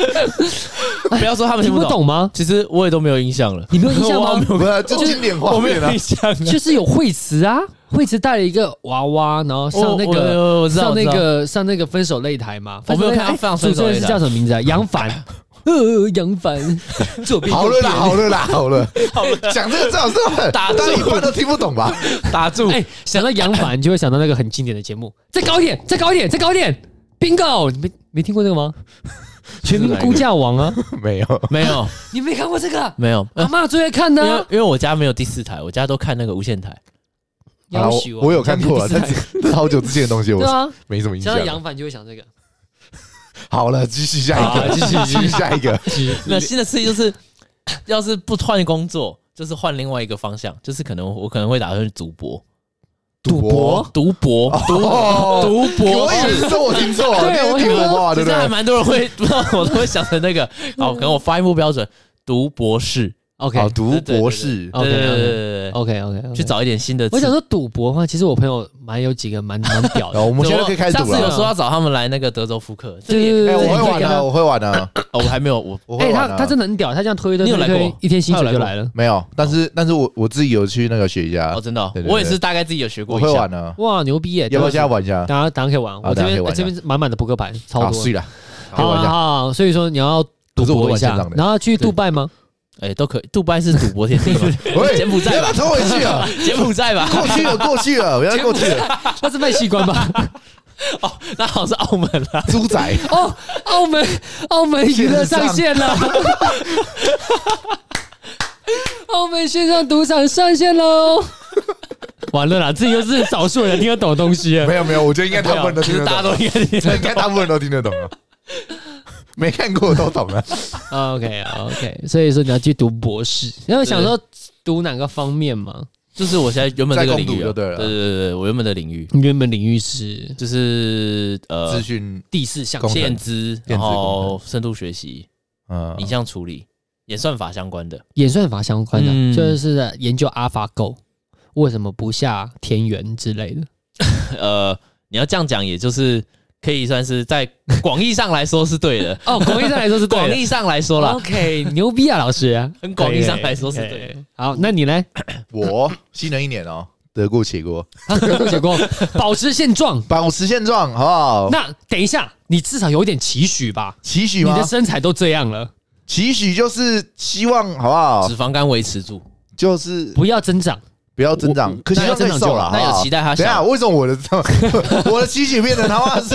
Speaker 2: 不要说他们
Speaker 3: 听
Speaker 2: 听
Speaker 3: 不
Speaker 2: 不懂
Speaker 3: 懂，吗？
Speaker 2: 其实我也都没有印象了。
Speaker 3: 你没有印象
Speaker 2: 我
Speaker 3: 吗
Speaker 2: 没？有
Speaker 1: 不是就经典画
Speaker 2: 我没
Speaker 1: 面
Speaker 2: 有
Speaker 1: 啊
Speaker 2: 印！象了。
Speaker 3: 就是有惠慈啊，惠慈带了一个娃娃，然后上那
Speaker 2: 哦我
Speaker 3: 个
Speaker 2: 我我知道
Speaker 3: 上那
Speaker 2: 我知
Speaker 3: 个上那个分手擂台嘛。
Speaker 2: 我没有看到
Speaker 3: 哎
Speaker 2: 放
Speaker 3: 主
Speaker 2: 分手擂台
Speaker 3: 持人是叫什么名字啊？杨凡， 呃，杨凡，左边
Speaker 1: 好了啦，
Speaker 3: 右边
Speaker 1: 好了啦，好了，好了， 讲这个最好是
Speaker 2: 打住
Speaker 1: 到一半都听不懂吧？
Speaker 2: 打 住！
Speaker 3: 哎，想到杨凡就会想到那个很经典的节目，再高一点，再高一点，再高一点，bingo！你没没听过这 个吗？全民估价王啊，
Speaker 1: 没有，
Speaker 2: 没有
Speaker 3: 你没看过这个？
Speaker 2: 没 有，
Speaker 3: 阿
Speaker 2: 呃
Speaker 3: 妈最爱看
Speaker 2: 因
Speaker 3: 的
Speaker 2: 为
Speaker 3: 啊，
Speaker 2: 因为我家没有第四台，我家都看那个无线台。
Speaker 1: 好啦
Speaker 3: 要
Speaker 1: 我
Speaker 3: 许
Speaker 1: 我有看过了，
Speaker 3: 第四
Speaker 1: 但
Speaker 3: 台
Speaker 1: 是但是好久之前的东西，
Speaker 3: 对
Speaker 1: 我
Speaker 3: 啊，
Speaker 1: 没什么印
Speaker 3: 想
Speaker 1: 象
Speaker 3: 到
Speaker 1: 了。
Speaker 3: 杨凡就会想这个。
Speaker 1: 好了，继续下一
Speaker 3: 好
Speaker 1: 个，
Speaker 3: 继续
Speaker 1: 继续下一个。
Speaker 2: 那新的刺激就是， 要是不换工作，就是换另外一个方向，就是可能我可能会打算去赌博、
Speaker 1: 赌
Speaker 3: 哦
Speaker 1: 博，
Speaker 2: 赌博、赌
Speaker 1: 哦
Speaker 2: 赌博
Speaker 1: 我以为
Speaker 2: 是。
Speaker 1: 是我听错，
Speaker 3: 对
Speaker 1: 你
Speaker 3: 我
Speaker 1: 是
Speaker 3: 以为
Speaker 1: 听我话对
Speaker 2: 其
Speaker 1: 不
Speaker 2: 实还
Speaker 1: 对？
Speaker 2: 蛮多人会，不知道我都会想成那个，哦，可能我发音不标准，读博士，
Speaker 3: OK
Speaker 1: 好，读
Speaker 2: 对对对
Speaker 1: 博士，
Speaker 2: 对
Speaker 3: OK，OK
Speaker 2: 对对对对对，
Speaker 3: OK OK，
Speaker 2: 去找一点新的词。
Speaker 3: 我想说赌博的话，其实我朋友蛮有几个蛮蛮屌
Speaker 1: 然后
Speaker 3: 的。
Speaker 1: 我们现在可以开始
Speaker 2: 上
Speaker 1: 赌
Speaker 2: 次有
Speaker 1: 了。
Speaker 2: 说要找他们来那个德州扑克，这个
Speaker 3: 对
Speaker 2: 也
Speaker 3: 对
Speaker 1: 哎，
Speaker 3: 对，
Speaker 1: 我
Speaker 3: 对
Speaker 1: 会玩的，。我会玩的，
Speaker 2: 哦我还没有，我
Speaker 1: 我
Speaker 3: 哎，
Speaker 1: 会
Speaker 3: 他
Speaker 1: 玩的。
Speaker 3: 他真的很屌，他这样推一推
Speaker 2: 你有
Speaker 3: 推
Speaker 2: 来
Speaker 3: 一推
Speaker 2: 过，
Speaker 3: 一天薪
Speaker 2: 他
Speaker 3: 水
Speaker 2: 有
Speaker 3: 就
Speaker 2: 来过
Speaker 3: 来了。
Speaker 1: 没有，但是但是我我自己有去那个学一下
Speaker 2: 哦，真的哦
Speaker 1: 对，对对
Speaker 2: 我也是大概自己有学过
Speaker 1: 我
Speaker 2: 一下
Speaker 1: 会。玩的。
Speaker 3: 哇，牛逼耶！
Speaker 1: 要不要
Speaker 3: 大
Speaker 1: 现
Speaker 3: 家
Speaker 1: 在玩一下？
Speaker 3: 大家大家可以玩，我这
Speaker 1: 大家可以
Speaker 3: 边
Speaker 1: 玩一
Speaker 3: 我
Speaker 1: 下
Speaker 3: 这边是满满的扑克牌，超
Speaker 1: 好
Speaker 3: 多
Speaker 1: 碎。了，可以
Speaker 3: 好啊
Speaker 1: 玩一
Speaker 3: 好
Speaker 1: 下。
Speaker 3: 好，所以说你要赌
Speaker 1: 可是我
Speaker 3: 博
Speaker 1: 都
Speaker 3: 一
Speaker 1: 玩线
Speaker 3: 下
Speaker 1: 上，的
Speaker 3: 然后去杜拜吗？
Speaker 2: 哎，都可以。杜拜是赌博天地吗
Speaker 1: 喂，
Speaker 2: 柬埔
Speaker 1: 不
Speaker 2: 寨
Speaker 1: 要
Speaker 2: 吧，
Speaker 1: 投回去啊！
Speaker 2: 柬埔寨吧。
Speaker 1: 过去了，过去了，不要再过去了。
Speaker 3: 那是卖器官吧？
Speaker 2: 哦，那好像是澳门啦。
Speaker 1: 猪仔，
Speaker 3: 哦，澳门澳门娱乐上线 了，澳门线上赌场上线喽！完了啦，这又是少数人听得懂的东西耶。啊
Speaker 1: 没有没有，我觉得应该大部分都
Speaker 2: 其
Speaker 1: 听
Speaker 2: 实
Speaker 1: 得
Speaker 2: 大家
Speaker 1: 懂
Speaker 2: 都，应该听得
Speaker 1: 应该大部分都听得懂啊。没看过都懂啊了，
Speaker 3: OK OK，所以说你要去读博士，然后想说读哪个方面嘛？
Speaker 2: 就是我现在原本这个领域
Speaker 1: 在共赌
Speaker 2: 啊
Speaker 1: 就对了
Speaker 2: 对对对，我原本的领域
Speaker 3: 你原本领域是
Speaker 2: 就是呃
Speaker 1: 资，讯，
Speaker 3: 第四项
Speaker 1: 工程
Speaker 2: 电资，
Speaker 1: 电
Speaker 2: 然
Speaker 1: 子工
Speaker 2: 后深度学习、
Speaker 1: 嗯，
Speaker 2: 影像处理、演算法相关的。
Speaker 3: 演算法相关的，
Speaker 2: 嗯
Speaker 3: 就是在研究 AlphaGo 为什么不下田园之类的。。
Speaker 2: 呃，你要这样讲，也就是可以算是在广义上来说是 对的
Speaker 3: 哦，广义上来说是对的
Speaker 2: 广义上来说啦，
Speaker 3: OK，牛逼啊，老师！
Speaker 2: 很广义上来说是对的。
Speaker 3: 好，那你呢？
Speaker 1: 我新人一年哦，得过且过，
Speaker 3: 结果 保持现状。
Speaker 1: 保持现状，好不好？
Speaker 3: 那等一下，你至少有点期许吧？
Speaker 1: 期许
Speaker 3: 你
Speaker 1: 吗
Speaker 3: 的？身材都这样了，
Speaker 1: 期许就是希望，好不好
Speaker 2: 脂？肪肝维持住，
Speaker 1: 就是
Speaker 3: 不要增长。
Speaker 1: 不要增长
Speaker 3: 我，
Speaker 1: 可希望可以瘦了，好不
Speaker 2: 那有
Speaker 1: 好
Speaker 2: 期待他
Speaker 1: 等一下，
Speaker 2: 小，
Speaker 1: 为什么我的 我的期许变成他妈是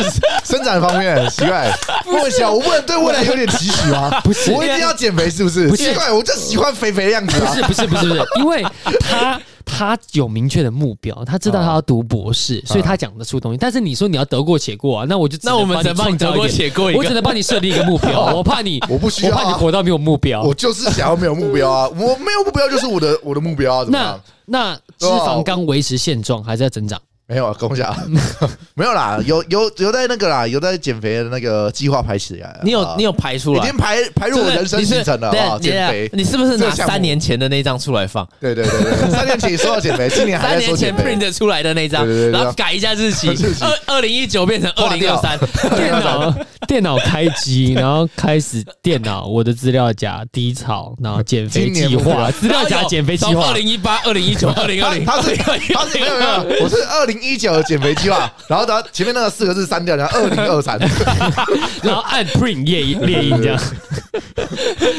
Speaker 1: 生长方面很奇 怪？我小，我不能对未来有点期许吗？不
Speaker 3: 是
Speaker 1: 我一定要减肥，是不是？
Speaker 3: 不是
Speaker 1: 奇怪，我就喜欢肥肥的样子
Speaker 3: 不
Speaker 1: 啊
Speaker 3: 是！不是不是 不是，因为他他有明确的目标，他知道他要读博士，所以他讲得出东西。但是你说你要得过且过啊，那我就只
Speaker 2: 啊那我们只能帮
Speaker 3: 帮
Speaker 2: 你得过
Speaker 3: 创造一点，
Speaker 2: 且过一
Speaker 3: 我只
Speaker 2: 个。
Speaker 3: 能帮你设立一个目 标。我怕你，
Speaker 1: 我不需
Speaker 3: 我
Speaker 1: 要啊
Speaker 3: 怕你活到没有目标
Speaker 1: 我。就是想要没有目标啊！我没有目标就是我的我的目标啊！怎么
Speaker 3: 那
Speaker 1: 样？
Speaker 3: 那脂肪肝维持现状还是要增长？
Speaker 1: 没有啊，恭喜啊！ 没有啦，有有有在那个啦，有在减肥的那个计划排起来了。
Speaker 2: 你
Speaker 1: 好不
Speaker 2: 有
Speaker 1: 好
Speaker 2: 你有排出
Speaker 1: 啊已
Speaker 2: 来？
Speaker 1: 经排排入我人生行程了，好不好？
Speaker 2: 对啊
Speaker 1: 减肥，
Speaker 2: 你是不是
Speaker 1: 这个
Speaker 2: 拿
Speaker 1: 项目
Speaker 2: 三年前的那张出来放？
Speaker 1: 对对对对，三年前也说要减肥，今年还
Speaker 2: 三
Speaker 1: 在
Speaker 2: 年
Speaker 1: 说
Speaker 2: 前
Speaker 1: 减
Speaker 2: print
Speaker 1: 肥。
Speaker 2: 得出来的那张
Speaker 1: 对对对，
Speaker 2: 然后
Speaker 1: 对
Speaker 2: 改一下日期
Speaker 1: 日期，
Speaker 2: 二二零一九变成二
Speaker 1: 划
Speaker 2: 零
Speaker 1: 掉
Speaker 2: 二三，
Speaker 3: 电 脑电脑开机，然后开始电脑我的资料夹低潮，然后减肥
Speaker 1: 今年
Speaker 3: 计
Speaker 1: 不是
Speaker 3: 划，
Speaker 1: 啊
Speaker 3: 资料夹减肥计
Speaker 2: 二
Speaker 3: 划。
Speaker 2: 零一八、二零一九、二零二零，
Speaker 1: 他他是他是没有没 有，我是二零一九的减肥计划，然后他前面那个四个字删掉，然后二零二三，
Speaker 3: 然后按 print 列印列印这 样，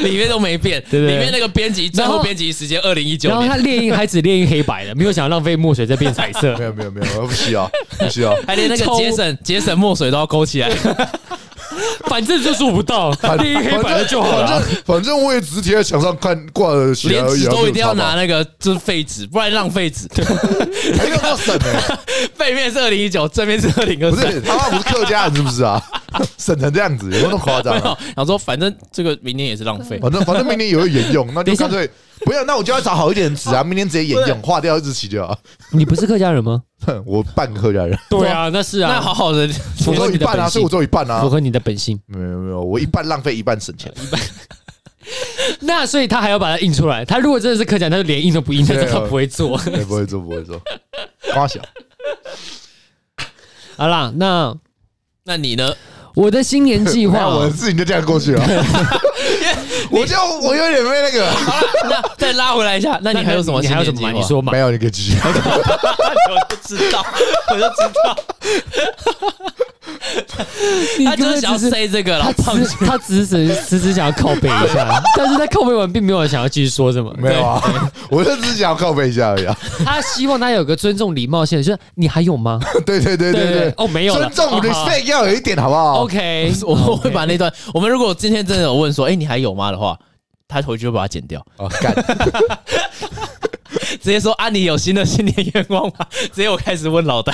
Speaker 2: 里面都没变，
Speaker 3: 对对对
Speaker 2: 里面那个编辑最
Speaker 3: 然后
Speaker 2: 后编辑时间二零一九
Speaker 3: 然后
Speaker 2: 年，
Speaker 3: 他列印还只列印黑白的，没有想要浪费墨水再变彩色
Speaker 1: 没。有 没有没有，我不需要不需要，
Speaker 2: 还连那个
Speaker 3: 抽
Speaker 2: 节省节省墨水都要勾起来，
Speaker 3: 反正就做不到，
Speaker 1: 反
Speaker 3: 另一黑板的就好
Speaker 1: 反
Speaker 3: 了。
Speaker 1: 正反正我也只是贴在墙上看挂了起来
Speaker 2: 连
Speaker 1: 而已
Speaker 2: 纸
Speaker 1: 啊，
Speaker 2: 都一定要
Speaker 1: 这有差
Speaker 2: 拿
Speaker 1: 吗，
Speaker 2: 那个就是废纸，不然浪费纸。
Speaker 1: 还用哎到省呢？
Speaker 2: 背面是二零一 九，正面是二零二
Speaker 1: 不
Speaker 2: 三。
Speaker 1: 是他妈不是客家人是不是啊？ 省成这样子，有没有那么夸张
Speaker 2: 没
Speaker 1: 啊？
Speaker 2: 有，然后说反正这个明年也是浪费。
Speaker 1: 反正反正明年也会沿用，那
Speaker 3: 等
Speaker 1: 就
Speaker 3: 一下
Speaker 1: 干脆不要，那我就要找好一点的纸啊，明年直接沿用，划掉日期就好。
Speaker 3: 你不是客家人吗？
Speaker 1: 哼我半个客家 人，
Speaker 3: 对啊，那是啊，
Speaker 2: 那好好的，
Speaker 1: 我只有
Speaker 3: 合
Speaker 1: 一
Speaker 3: 你的
Speaker 1: 半啊，
Speaker 3: 本
Speaker 1: 所以我
Speaker 3: 性，
Speaker 1: 只有一半啊
Speaker 3: 符。合你啊的本性。
Speaker 1: 没有没有，我一半浪费，一半省钱。
Speaker 3: 那所以他还要把它印出来。他如果真的是客家，他就连印都不印， 他
Speaker 1: 对啊
Speaker 3: 他不会做。
Speaker 1: 对不会做，不会做，夸小。
Speaker 3: 好啦，那
Speaker 2: 那你 呢？
Speaker 3: 我的新年计划
Speaker 1: 那我的事情就这样过去 了。我就我有点被那个，
Speaker 2: 那再拉回来一下，那
Speaker 3: 那
Speaker 2: 你还有什么
Speaker 3: 你
Speaker 2: 新
Speaker 3: 还有
Speaker 2: 年
Speaker 3: 什
Speaker 2: 计
Speaker 3: 么
Speaker 2: 划？
Speaker 3: 吗？你说嘛
Speaker 1: 没。有你可以继 续。
Speaker 2: 我就知道，我就知道，
Speaker 3: 你
Speaker 2: 他
Speaker 3: 根
Speaker 2: 就
Speaker 3: 本
Speaker 2: 是想要
Speaker 3: 只是
Speaker 2: say 这个
Speaker 3: 他
Speaker 2: 了。胖
Speaker 3: 只他只是只是想要靠背一 下，但是他靠背完并没有想要继续说什么。
Speaker 1: 没有啊，我就只是想要靠背一下而已啊。
Speaker 3: 他希望他有个尊重礼貌性的，就是你还有 吗？
Speaker 1: 对对对对
Speaker 3: 哦，没
Speaker 1: 对，
Speaker 3: 有了
Speaker 1: 尊重
Speaker 3: 哦好
Speaker 1: respect 要有一点，好不好
Speaker 3: 哦 OK，
Speaker 2: 哎 我会把那段，我们如果今天真的有问说，哎，你还有吗的话，他回去就把它剪掉，
Speaker 1: 哦干，
Speaker 2: 直接说啊，你有新的新年愿望吗？直接我开始问老戴，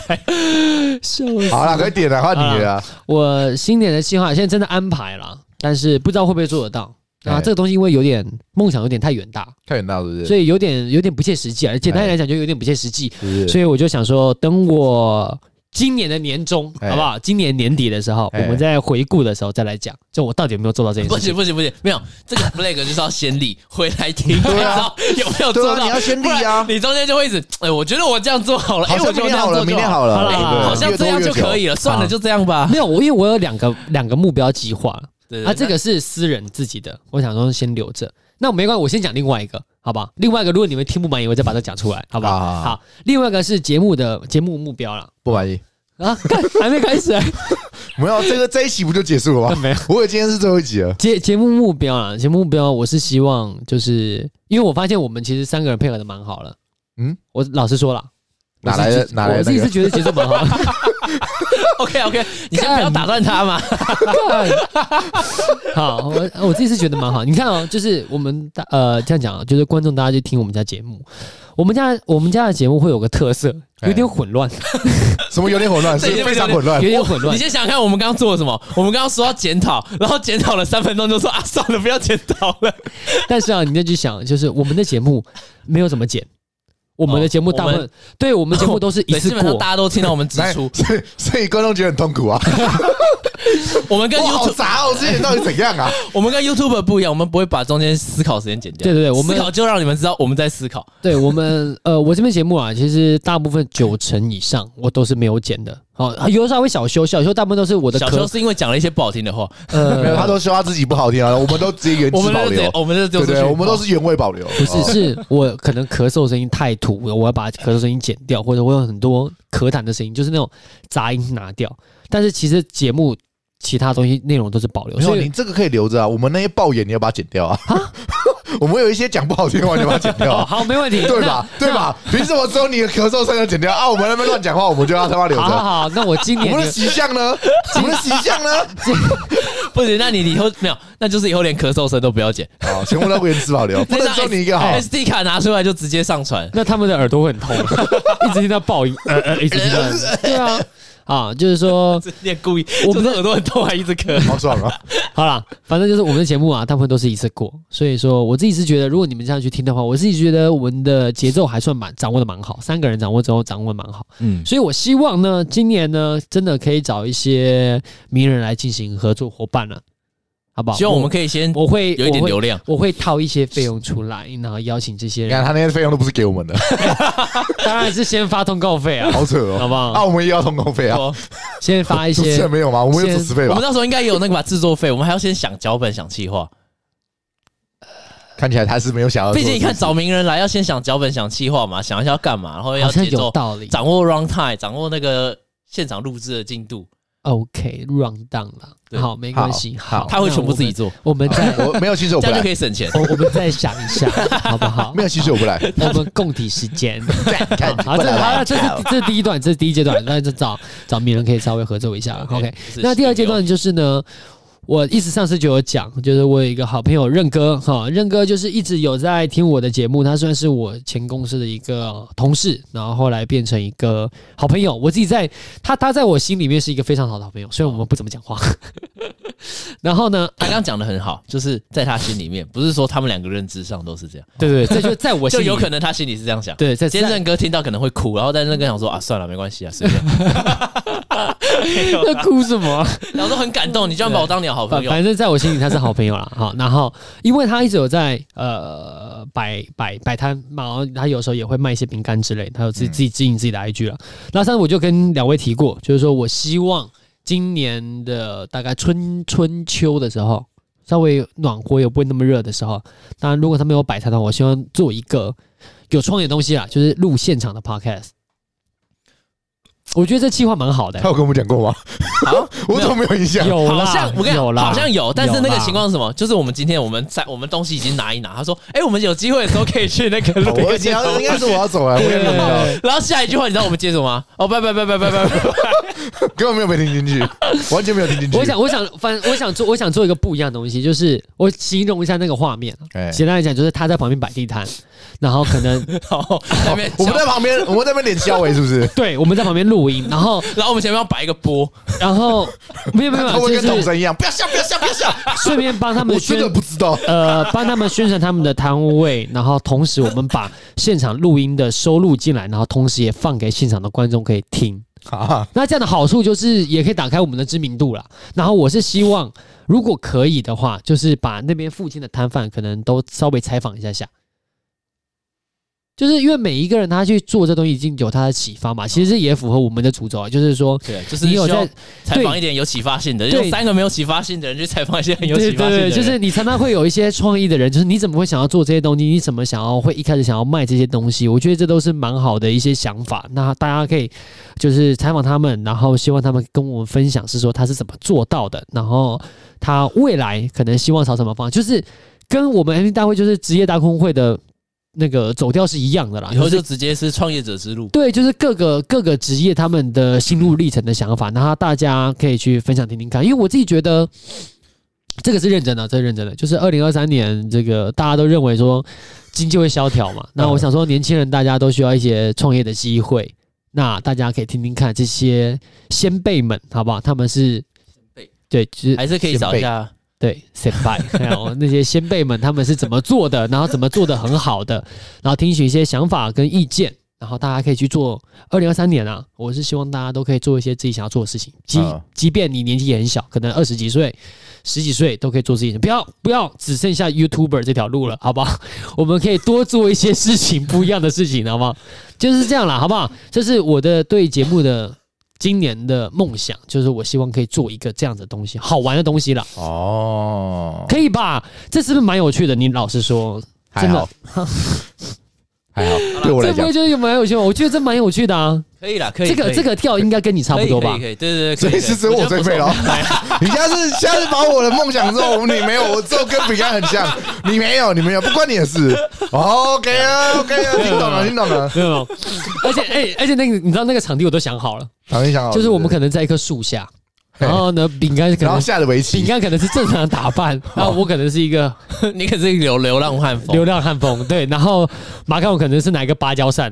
Speaker 3: 笑
Speaker 1: 好了，快点了，换你了啊。
Speaker 3: 我新年的计划现在真的安排了，但是不知道会不会做得到。啊，
Speaker 1: 哎
Speaker 3: 这个东西因为有点梦想有点太远大，
Speaker 1: 看远大是不是？
Speaker 3: 所以有点有点不切实际啊。简单来讲，就有点不切实际。
Speaker 1: 是不
Speaker 3: 所
Speaker 1: 是？
Speaker 3: 以我就想说，等我今年的年终
Speaker 1: 哎
Speaker 3: 好不好？今年年底的时候，我
Speaker 1: 哎
Speaker 3: 们在回顾的时候再来讲，就我到底有没有做到这件
Speaker 2: 不
Speaker 3: 事
Speaker 2: 行
Speaker 3: 情。
Speaker 2: 不行不行，没有这个 flag 就是要先立，回来听，才知
Speaker 1: 对啊
Speaker 2: 道有没有
Speaker 1: 对
Speaker 2: 做
Speaker 1: 啊，
Speaker 2: 到
Speaker 1: 你。要先立
Speaker 2: 不然
Speaker 1: 啊。
Speaker 2: 你中间就会一直，哎，我觉得我这样做好了，哎，
Speaker 1: 好
Speaker 2: 我
Speaker 1: 像
Speaker 2: 觉
Speaker 1: 明
Speaker 2: 得我
Speaker 1: 天好了，
Speaker 2: 这样做就
Speaker 1: 明天好
Speaker 3: 好
Speaker 1: 了，
Speaker 3: 啦
Speaker 1: 对
Speaker 3: 好啦
Speaker 1: 对
Speaker 2: 好像
Speaker 1: 越
Speaker 2: 这
Speaker 1: 多
Speaker 2: 样
Speaker 1: 越
Speaker 2: 就
Speaker 1: 久啊
Speaker 2: 可以了，算了，就这样吧
Speaker 3: 没。有，我因为我有两个两个目标计划
Speaker 2: 对对
Speaker 3: 啊，
Speaker 2: 对
Speaker 3: 这个是私人自己的，我想说先留着。那没关系，我先讲另外一个，好吧？另外一个，如果你们听不满意，我再把它讲出来，好吧？
Speaker 1: 好好好
Speaker 3: 好，另外一个是节目的节目目标了
Speaker 1: 不满意。
Speaker 3: 啊，干还没开始、啊
Speaker 1: 没有，这个这一期不就结束了吗？
Speaker 3: 没有。
Speaker 1: 我以为今天是最后一集了。
Speaker 3: 节节目目标啊，节目目标，我是希望就是因为我发现我们其实三个人配合的蛮好了。嗯
Speaker 1: 嗯，
Speaker 3: 我老实说了，
Speaker 1: 哪来的
Speaker 3: 我自己
Speaker 1: 哪来
Speaker 3: 我
Speaker 1: 的
Speaker 3: 自
Speaker 1: 那
Speaker 3: 己是
Speaker 1: 个？
Speaker 3: 觉得节奏蛮 好的。
Speaker 2: OK OK，你先不要打断他嘛。
Speaker 3: 好，我我自己是觉得蛮好。你看哦，就是我们大呃这样讲啊，就是观众大家就听我们家节目，我们家我们家的节目会有个特色，有
Speaker 1: 哎
Speaker 3: 点混乱，
Speaker 1: 什么有点混乱，是
Speaker 2: 这已经
Speaker 1: 非常
Speaker 2: 有点
Speaker 1: 混乱
Speaker 3: 有。点混
Speaker 2: 你
Speaker 3: 乱。
Speaker 2: 先想想看，我们刚刚做了什么？我们刚刚说要检讨，然后检讨了三分钟就说啊，算了，不要检讨了。
Speaker 3: 但是啊，你再去想，就是我们的节目没有怎么剪，我们的节目大部
Speaker 2: 我
Speaker 3: 分对我们节 目都是一
Speaker 2: 对
Speaker 3: 次
Speaker 2: 基本上
Speaker 3: 过
Speaker 2: 大。家都听到我们指
Speaker 1: 来
Speaker 2: 出，
Speaker 1: 所以 所以观众觉得很痛苦啊！
Speaker 2: 我们跟
Speaker 1: 哇，好
Speaker 2: YouTube
Speaker 1: 杂哦，这些到底怎 样啊？
Speaker 2: 我们跟 YouTube 不一样，我们不会把中间思考时间剪掉。
Speaker 3: 对对对我们
Speaker 2: 思考就让你们知道我们在思考。
Speaker 3: 对我们，呃，我这边节目啊，其实大部分九成以上我都是没有剪的。好、有的时候还会小修，小修大部分都是我的
Speaker 2: 小时候
Speaker 3: 壳，
Speaker 2: 是因为讲了一些不好听的话，
Speaker 1: 没有，他啊
Speaker 3: 呃，
Speaker 1: 都说他自己不好听啊，我们都直接原
Speaker 2: 我
Speaker 1: 汁
Speaker 2: 们
Speaker 1: 保
Speaker 2: 就直接
Speaker 1: 留，
Speaker 2: 我们就
Speaker 1: 对不
Speaker 2: 丢出去，
Speaker 1: 对？我们都是原味保留，
Speaker 3: 不是，
Speaker 1: 哦
Speaker 3: 是我可能咳嗽声音太突了，我要把咳嗽声音剪掉，或者我有很多咳痰的声音，就是那种杂音拿掉。但是其实节目其他东西内容都是保留，
Speaker 1: 没有
Speaker 3: 所
Speaker 1: 你
Speaker 3: 以
Speaker 1: 这个可以留着啊，我们那些爆眼你要把它剪掉啊。 我们有一些讲不好听的话，你要把它剪掉
Speaker 3: 哦，
Speaker 1: 啊，
Speaker 3: 好，没问 题，
Speaker 1: 对吧？
Speaker 3: 那
Speaker 1: 对？吧？凭什么只有你的咳嗽声要剪掉啊？我们那边乱讲话，我们就要他妈留
Speaker 3: 那好好
Speaker 1: 着。
Speaker 3: 好，那我今
Speaker 1: 我
Speaker 3: 年
Speaker 1: 们的
Speaker 3: 的
Speaker 1: 形象 呢？我们的形象呢？
Speaker 3: 啊
Speaker 2: 不行。那你以后没有，那就是以后连咳嗽声都不要剪，
Speaker 1: 好，全部都原汁保 留，不能只有你一个好。
Speaker 2: SD 卡拿出来就直接上 传。
Speaker 3: 那他们的耳朵会 很痛，一直听到爆音，呃呃，一直听到，对啊，啊，就是说。
Speaker 2: 你也故意，
Speaker 3: 我
Speaker 2: 我
Speaker 3: 不
Speaker 2: 们的耳朵很痛，还一直咳。
Speaker 1: 好爽啊！
Speaker 3: 好啦，反正就是我们的节目啊，大部分都是一次过，所以说我自己是觉得，如果你们这样去听的话，我自己觉得我们的节奏还算蛮掌握的蛮好，三个人掌握之后掌握得蛮好，
Speaker 2: 嗯，
Speaker 3: 所以我希望呢，今年呢真的可以找一些名人来进行合作伙伴了、好不 好？
Speaker 2: 希望我们可以先
Speaker 3: 我会
Speaker 2: 有一点
Speaker 3: 我会
Speaker 2: 流量。
Speaker 3: 我会掏一些费用出来，然后邀请这些
Speaker 1: 你看
Speaker 3: 人，
Speaker 1: 他那些费用都不是给我们的，
Speaker 3: 当然是先发通告费啊，
Speaker 1: 好扯
Speaker 3: 好
Speaker 1: 哦。
Speaker 3: 不好？
Speaker 1: 啊，我们也要通告费
Speaker 3: 哦
Speaker 1: 啊，
Speaker 2: 我
Speaker 3: 先发一
Speaker 1: 主 持
Speaker 3: 些
Speaker 1: 人没有吗？我们有主持费
Speaker 2: 哦我
Speaker 1: 吧
Speaker 2: 们？到时候应该也有那个吧制作费，我们还要先想脚本、想企划。
Speaker 1: 看起来他是没有想要啊做
Speaker 2: 毕
Speaker 1: 这个事
Speaker 2: 竟你
Speaker 1: 情。
Speaker 2: 看找名人来，要先想脚本、想企划嘛，想一下要干嘛，然后
Speaker 3: 好
Speaker 2: 要
Speaker 3: 像
Speaker 2: 节
Speaker 3: 有
Speaker 2: 奏，
Speaker 3: 道理。
Speaker 2: 掌握 run time，掌握那个现场录制的进度，
Speaker 3: OK，round down 了，
Speaker 2: 对
Speaker 3: 好，没关系，
Speaker 1: 好
Speaker 3: 好，
Speaker 2: 他会全部自己
Speaker 3: 做。
Speaker 2: 做，
Speaker 3: 我们再
Speaker 1: 我没有薪水我
Speaker 2: 这
Speaker 1: 不
Speaker 2: 样就可
Speaker 1: 来，
Speaker 2: 以省 钱。
Speaker 3: 我我们再想一下，好不好？
Speaker 1: 没有薪水我不来。
Speaker 3: 我们共体时间。啊
Speaker 1: 看
Speaker 3: 好，这好了，这是这是第一段，这是第一阶段，那就找找名人可以稍微合作一下了。OK，
Speaker 2: 哎就是
Speaker 3: 那第二阶段就是呢，我一直上次就有讲，就是我有一个好朋友任哥哈，任哥就是一直有在听我的节目，他算是我前公司的一个同事，然后后来变成一个好朋友。我自己在他他在我心里面是一个非常好的好朋友，虽然我们不怎么讲话。 然后呢，
Speaker 2: 他刚刚讲的很好，就是在他心里面，不是说他们两个认知上都是这样，
Speaker 3: 对对对，这 就在我心
Speaker 2: 就
Speaker 3: 里
Speaker 2: 有可能他心里是这样想。
Speaker 3: 对在
Speaker 2: 今天任哥听到可能会哭，然后但是任哥想说啊，算了，没关系啊，随便。
Speaker 3: 在哭什么啊？
Speaker 2: 然后都很感动，你居然把我当你的好朋
Speaker 3: 反
Speaker 2: 友，
Speaker 3: 反正在我心里他是好朋友啦，好，然后因为他一直有在呃摆摆摆摊嘛，然后他有时候也会卖一些饼干之类，他有自己自己经营自己的 IG 了。那上次我就跟两位提过，就是说我希望今年的大概春春秋的时候，稍微暖和也不会那么热的时候，当然如果他没有摆摊的话，我希望做一个有创意的东西啊，就是录现场的 podcast。我觉得这计划蛮好的、
Speaker 1: 他有跟我们讲过吗？
Speaker 2: 好
Speaker 1: 我怎么没有印象？
Speaker 3: 有
Speaker 2: 好
Speaker 3: 啦，
Speaker 2: 像我跟你
Speaker 3: 有
Speaker 2: 讲，
Speaker 3: 啦，
Speaker 2: 好像有，但是那
Speaker 3: 有
Speaker 2: 个
Speaker 3: 啦
Speaker 2: 情况是什么？就是我们今天我们在我们东西已经拿一拿，他说，哎、我们有机会的时候可以去那个录
Speaker 1: 我
Speaker 2: 音
Speaker 1: 你
Speaker 2: 间
Speaker 1: 要
Speaker 2: 头
Speaker 1: 应该是我要走了，我也没有听到，
Speaker 3: 对
Speaker 2: 然后下一句话你知道我们接什么吗？哦，拜拜拜拜拜拜拜拜。
Speaker 1: 根本没有被听进去，完全没有听进去。
Speaker 3: 我想，我想，反我想做，我想做一个不一样的东西，就是我形容一下那个画面啊。
Speaker 1: 哎，
Speaker 3: 简单来讲，就是他在旁边摆地摊，然后可能？
Speaker 2: 然后那边
Speaker 1: 我们
Speaker 2: 讲
Speaker 1: 在旁边，我们在那边脸消委是不是
Speaker 3: 对我们在旁边录音，然后
Speaker 2: 然后我们前面要摆一个波，
Speaker 3: 然后没有没有，没
Speaker 1: 他
Speaker 3: 有
Speaker 1: 会跟
Speaker 3: 就
Speaker 1: 董
Speaker 3: 是
Speaker 1: 神一样，不要笑，不要笑，不要笑。
Speaker 3: 顺便帮他们
Speaker 1: 我真
Speaker 3: 宣
Speaker 1: 的不知道，
Speaker 3: 呃帮他们宣传他们的摊位，然后同时我们把现场录音的收录进来，然后同时也放给现场的观众可以听。
Speaker 1: 啊，
Speaker 3: 那这样的好处就是也可以打开我们的知名度啦。然后我是希望，如果可以的话，就是把那边附近的摊贩可能都稍微采访一下下。就是因为每一个人他去做这东西已经有他的启发嘛，其实也符合我们的主轴啊，就是说
Speaker 2: 对，就是
Speaker 3: 你有
Speaker 2: 需要
Speaker 3: 在
Speaker 2: 采访一点有启发性的，
Speaker 3: 对
Speaker 2: 用三个没有启发性的人去采访一些很有
Speaker 3: 对
Speaker 2: 启发性的
Speaker 3: 对对，
Speaker 2: 人，啊
Speaker 3: 就是你常常会有一些创意的人， 就是你怎么会想要做这些东西？你怎么想要会一开始想要卖这些东西？我觉得这都是蛮好的一些想法。那大家可以就是采访他们，然后希望他们跟我们分享是说他是怎么做到的，然后他未来可能希望朝什么方向，就是跟我们 M 大会就是职业大公会的那个走调是一样的啦。
Speaker 2: 以后
Speaker 3: 是
Speaker 2: 就直接是创业者之路。
Speaker 3: 对，就是各个各个职业他们的心路历程的想法，然后大家可以去分享听听看，因为我自己觉得。这个是认真的，这是认真的。就是二零二三年，这个大家都认为说经济会萧条嘛，那
Speaker 2: 嗯
Speaker 3: 我想说年轻人大家都需要一些创业的机会，那大家可以听听看这些先辈们，好不好？他们是
Speaker 2: 辈
Speaker 3: 对，就是
Speaker 2: 还是可以找一下，
Speaker 3: 对，先辈，还有那些先辈们他们是怎么做的，然后怎么做的很好的，然后听取一些想法跟意见，然后大家可以去做。二零二三年啊，我是希望大家都可以做一些自己想要做的事情，即
Speaker 1: 嗯
Speaker 3: 即便你年纪也很小，可能二十几岁、十几岁都可以做自己的，不要不要只剩下 YouTuber 这条路了，好不好？ 我们可以多做一些事情，不一样的事情，好不好？就是这样啦，好不好？这是我的对节目的。今年的梦想就是我希望可以做一个这样子的东西，好玩的东西啦。
Speaker 1: 哦，
Speaker 3: 可以吧？这是不是蛮有趣的？你老实说，
Speaker 1: 还
Speaker 3: 真
Speaker 1: 好
Speaker 3: 的，，
Speaker 1: 还好，对我来
Speaker 3: 这不
Speaker 1: 讲
Speaker 3: 会，觉得有蛮有趣吗？我觉得这蛮有趣的啊。
Speaker 2: 可以啦，可以。
Speaker 3: 这
Speaker 2: 可
Speaker 3: 个
Speaker 2: 以
Speaker 3: 这个跳应该跟你差不多吧
Speaker 2: 可以可以，可以对对对，
Speaker 1: 所
Speaker 2: 可
Speaker 1: 以
Speaker 2: 以
Speaker 1: 是只有我最废了。 你下次下次把我的梦想之后，你没有，我之后跟饼干很像，你没有，你没有，不关你的事。OK 啊，OK 啊， 听懂了，听懂了。
Speaker 3: 没有？而且哎、而且那个你知道那个场地我都想好了，
Speaker 1: 唐一想好了，
Speaker 3: 就是我们可能在一棵树下，
Speaker 1: 哦嘿
Speaker 3: 然后呢，饼干可
Speaker 1: 然后
Speaker 3: 能
Speaker 1: 下哦的围
Speaker 3: 饼
Speaker 1: 棋，
Speaker 3: 干可能是正常的打扮，然后我可能是一个
Speaker 2: 你可是流流浪汉风，
Speaker 3: 流浪汉风，对，然后马刚我可能是拿一个芭蕉扇，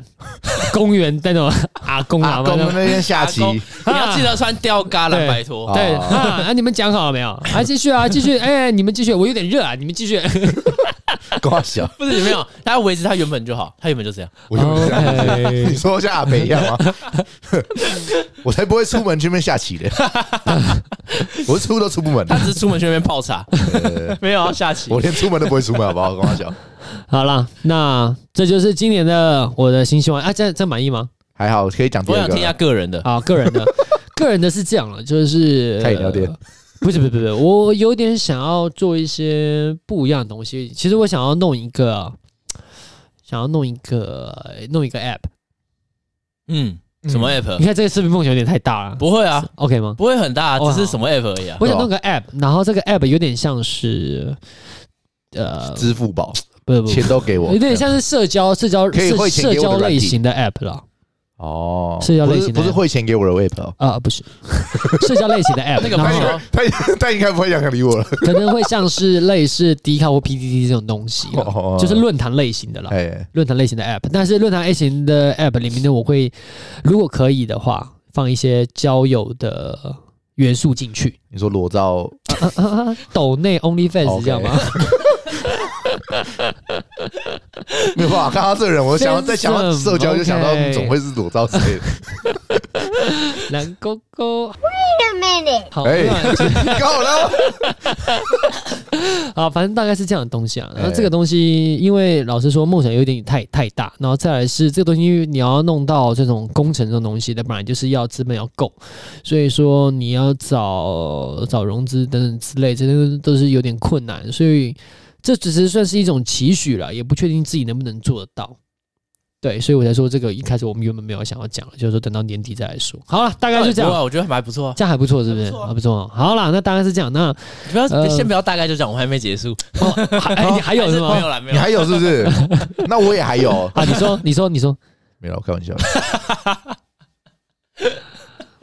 Speaker 3: 公园那种阿公啊
Speaker 1: 阿
Speaker 3: 阿
Speaker 1: 公
Speaker 3: 妈。
Speaker 1: 那边下棋
Speaker 2: 阿，公你要记得穿吊嘎了，
Speaker 3: 对
Speaker 2: 拜托。
Speaker 3: 对
Speaker 1: 哦
Speaker 3: 啊，啊你们讲好了没有？啊，继续啊，继续，哎、你们继续，我有点热啊，你们继续。
Speaker 1: 瓜小，
Speaker 2: 不是有没有，大家维持他原本就好，他原本就这样。
Speaker 1: 我就不知道
Speaker 3: OK
Speaker 1: 你说像阿北一样吗？ 我才不会出门去那边下棋 的，我出都出不门的
Speaker 2: 他，只是出门去那边泡 茶，没有要下 棋
Speaker 1: 我。连出门都不会出门，好不好？瓜小，
Speaker 3: 好了，那这就是今年的我的新希望啊，这这满意吗？
Speaker 1: 还好可以讲第
Speaker 2: 我
Speaker 1: 二
Speaker 2: 想
Speaker 1: 个
Speaker 2: 听一下
Speaker 1: 了。
Speaker 2: 个人的，
Speaker 3: 啊，个人的，个人的是这样了，就是
Speaker 1: 开饮料店
Speaker 3: 呃不是不是不是，我有点想要做一些不一样的东西。其实我想要弄一个，想要弄一个弄一个 app。
Speaker 2: 嗯，什么
Speaker 3: 你
Speaker 2: app？
Speaker 3: 看这个视频梦想有点太大了
Speaker 2: 不会啊，
Speaker 3: ，OK 吗？
Speaker 2: 不会很大，
Speaker 3: 哦
Speaker 2: 只是什么 app 而已啊。
Speaker 3: 我想弄个 app，然后这个 app 有点像是，呃，
Speaker 1: 支付宝
Speaker 3: 不是不是
Speaker 1: 钱都给我
Speaker 3: 有，点像是社交社交
Speaker 1: 可以
Speaker 3: 社
Speaker 1: 汇钱给
Speaker 3: 社
Speaker 1: 我的
Speaker 3: 交
Speaker 1: 软
Speaker 3: 类
Speaker 1: 体
Speaker 3: 型的 app 了。
Speaker 1: 哦，
Speaker 3: 社交类型的
Speaker 1: 不是不是汇钱给我的 app 哦。
Speaker 3: 啊、不是 社交类型 的 app，
Speaker 2: 那个
Speaker 3: 然
Speaker 2: 不
Speaker 1: 他
Speaker 2: 是
Speaker 1: 应
Speaker 3: 后
Speaker 2: 哦
Speaker 1: 该他他应该不会想理我了。
Speaker 3: 可能会像是类似 D 卡或 PDD 这种东西啦
Speaker 1: 哦，
Speaker 3: 就是论坛类型的啦。
Speaker 1: 哎，
Speaker 3: 论坛类型的 app，但是论坛类型的 app 里面呢，我会如果可以的话，放一些交友的元素进去。
Speaker 1: 你说裸照
Speaker 3: 啊啊啊抖内 OnlyFans 这样吗？
Speaker 1: 没有办法看到这个人，我想要再想到
Speaker 3: Handsome，
Speaker 1: 社交，就想到
Speaker 3: OK
Speaker 1: 总会是裸照之类的。
Speaker 3: 蓝勾勾，
Speaker 4: Wait a minute.
Speaker 3: 好，
Speaker 1: 哎
Speaker 3: 乱讲
Speaker 1: 够了，
Speaker 3: 啊，反正大概是这样的东西啊。
Speaker 1: 哎
Speaker 3: 然后这个东西，因为老实说，梦想有点太太大，然后再来是这个东西，你要弄到这种工程这种东西的，本来就是要资本要够，所以说你要找找融资等等之类，这些都是有点困难，所以这只是算是一种期许了，也不确定自己能不能做得到。对，所以我才说这个一开始我们原本没有想要讲，就是说等到年底再来说。好了，大概就这
Speaker 2: 不会
Speaker 3: 样，
Speaker 2: 啊我觉得还不错啊。
Speaker 3: 这样还不错，是不
Speaker 2: 还不
Speaker 3: 是？
Speaker 2: 错啊
Speaker 3: 还不错哦。好啦，那大概是这样。那
Speaker 2: 你不要
Speaker 3: 呃
Speaker 2: 先不要大概就讲，我还没结束。
Speaker 3: 哦，还 哎，你还有
Speaker 2: 还
Speaker 3: 是
Speaker 2: 是
Speaker 3: 吗
Speaker 2: 没？有啦，没有
Speaker 1: 你
Speaker 2: 啦。
Speaker 1: 还有是不是？那我也还有，
Speaker 3: 啊，你说，你说，你说，
Speaker 1: 没有，我开玩笑的。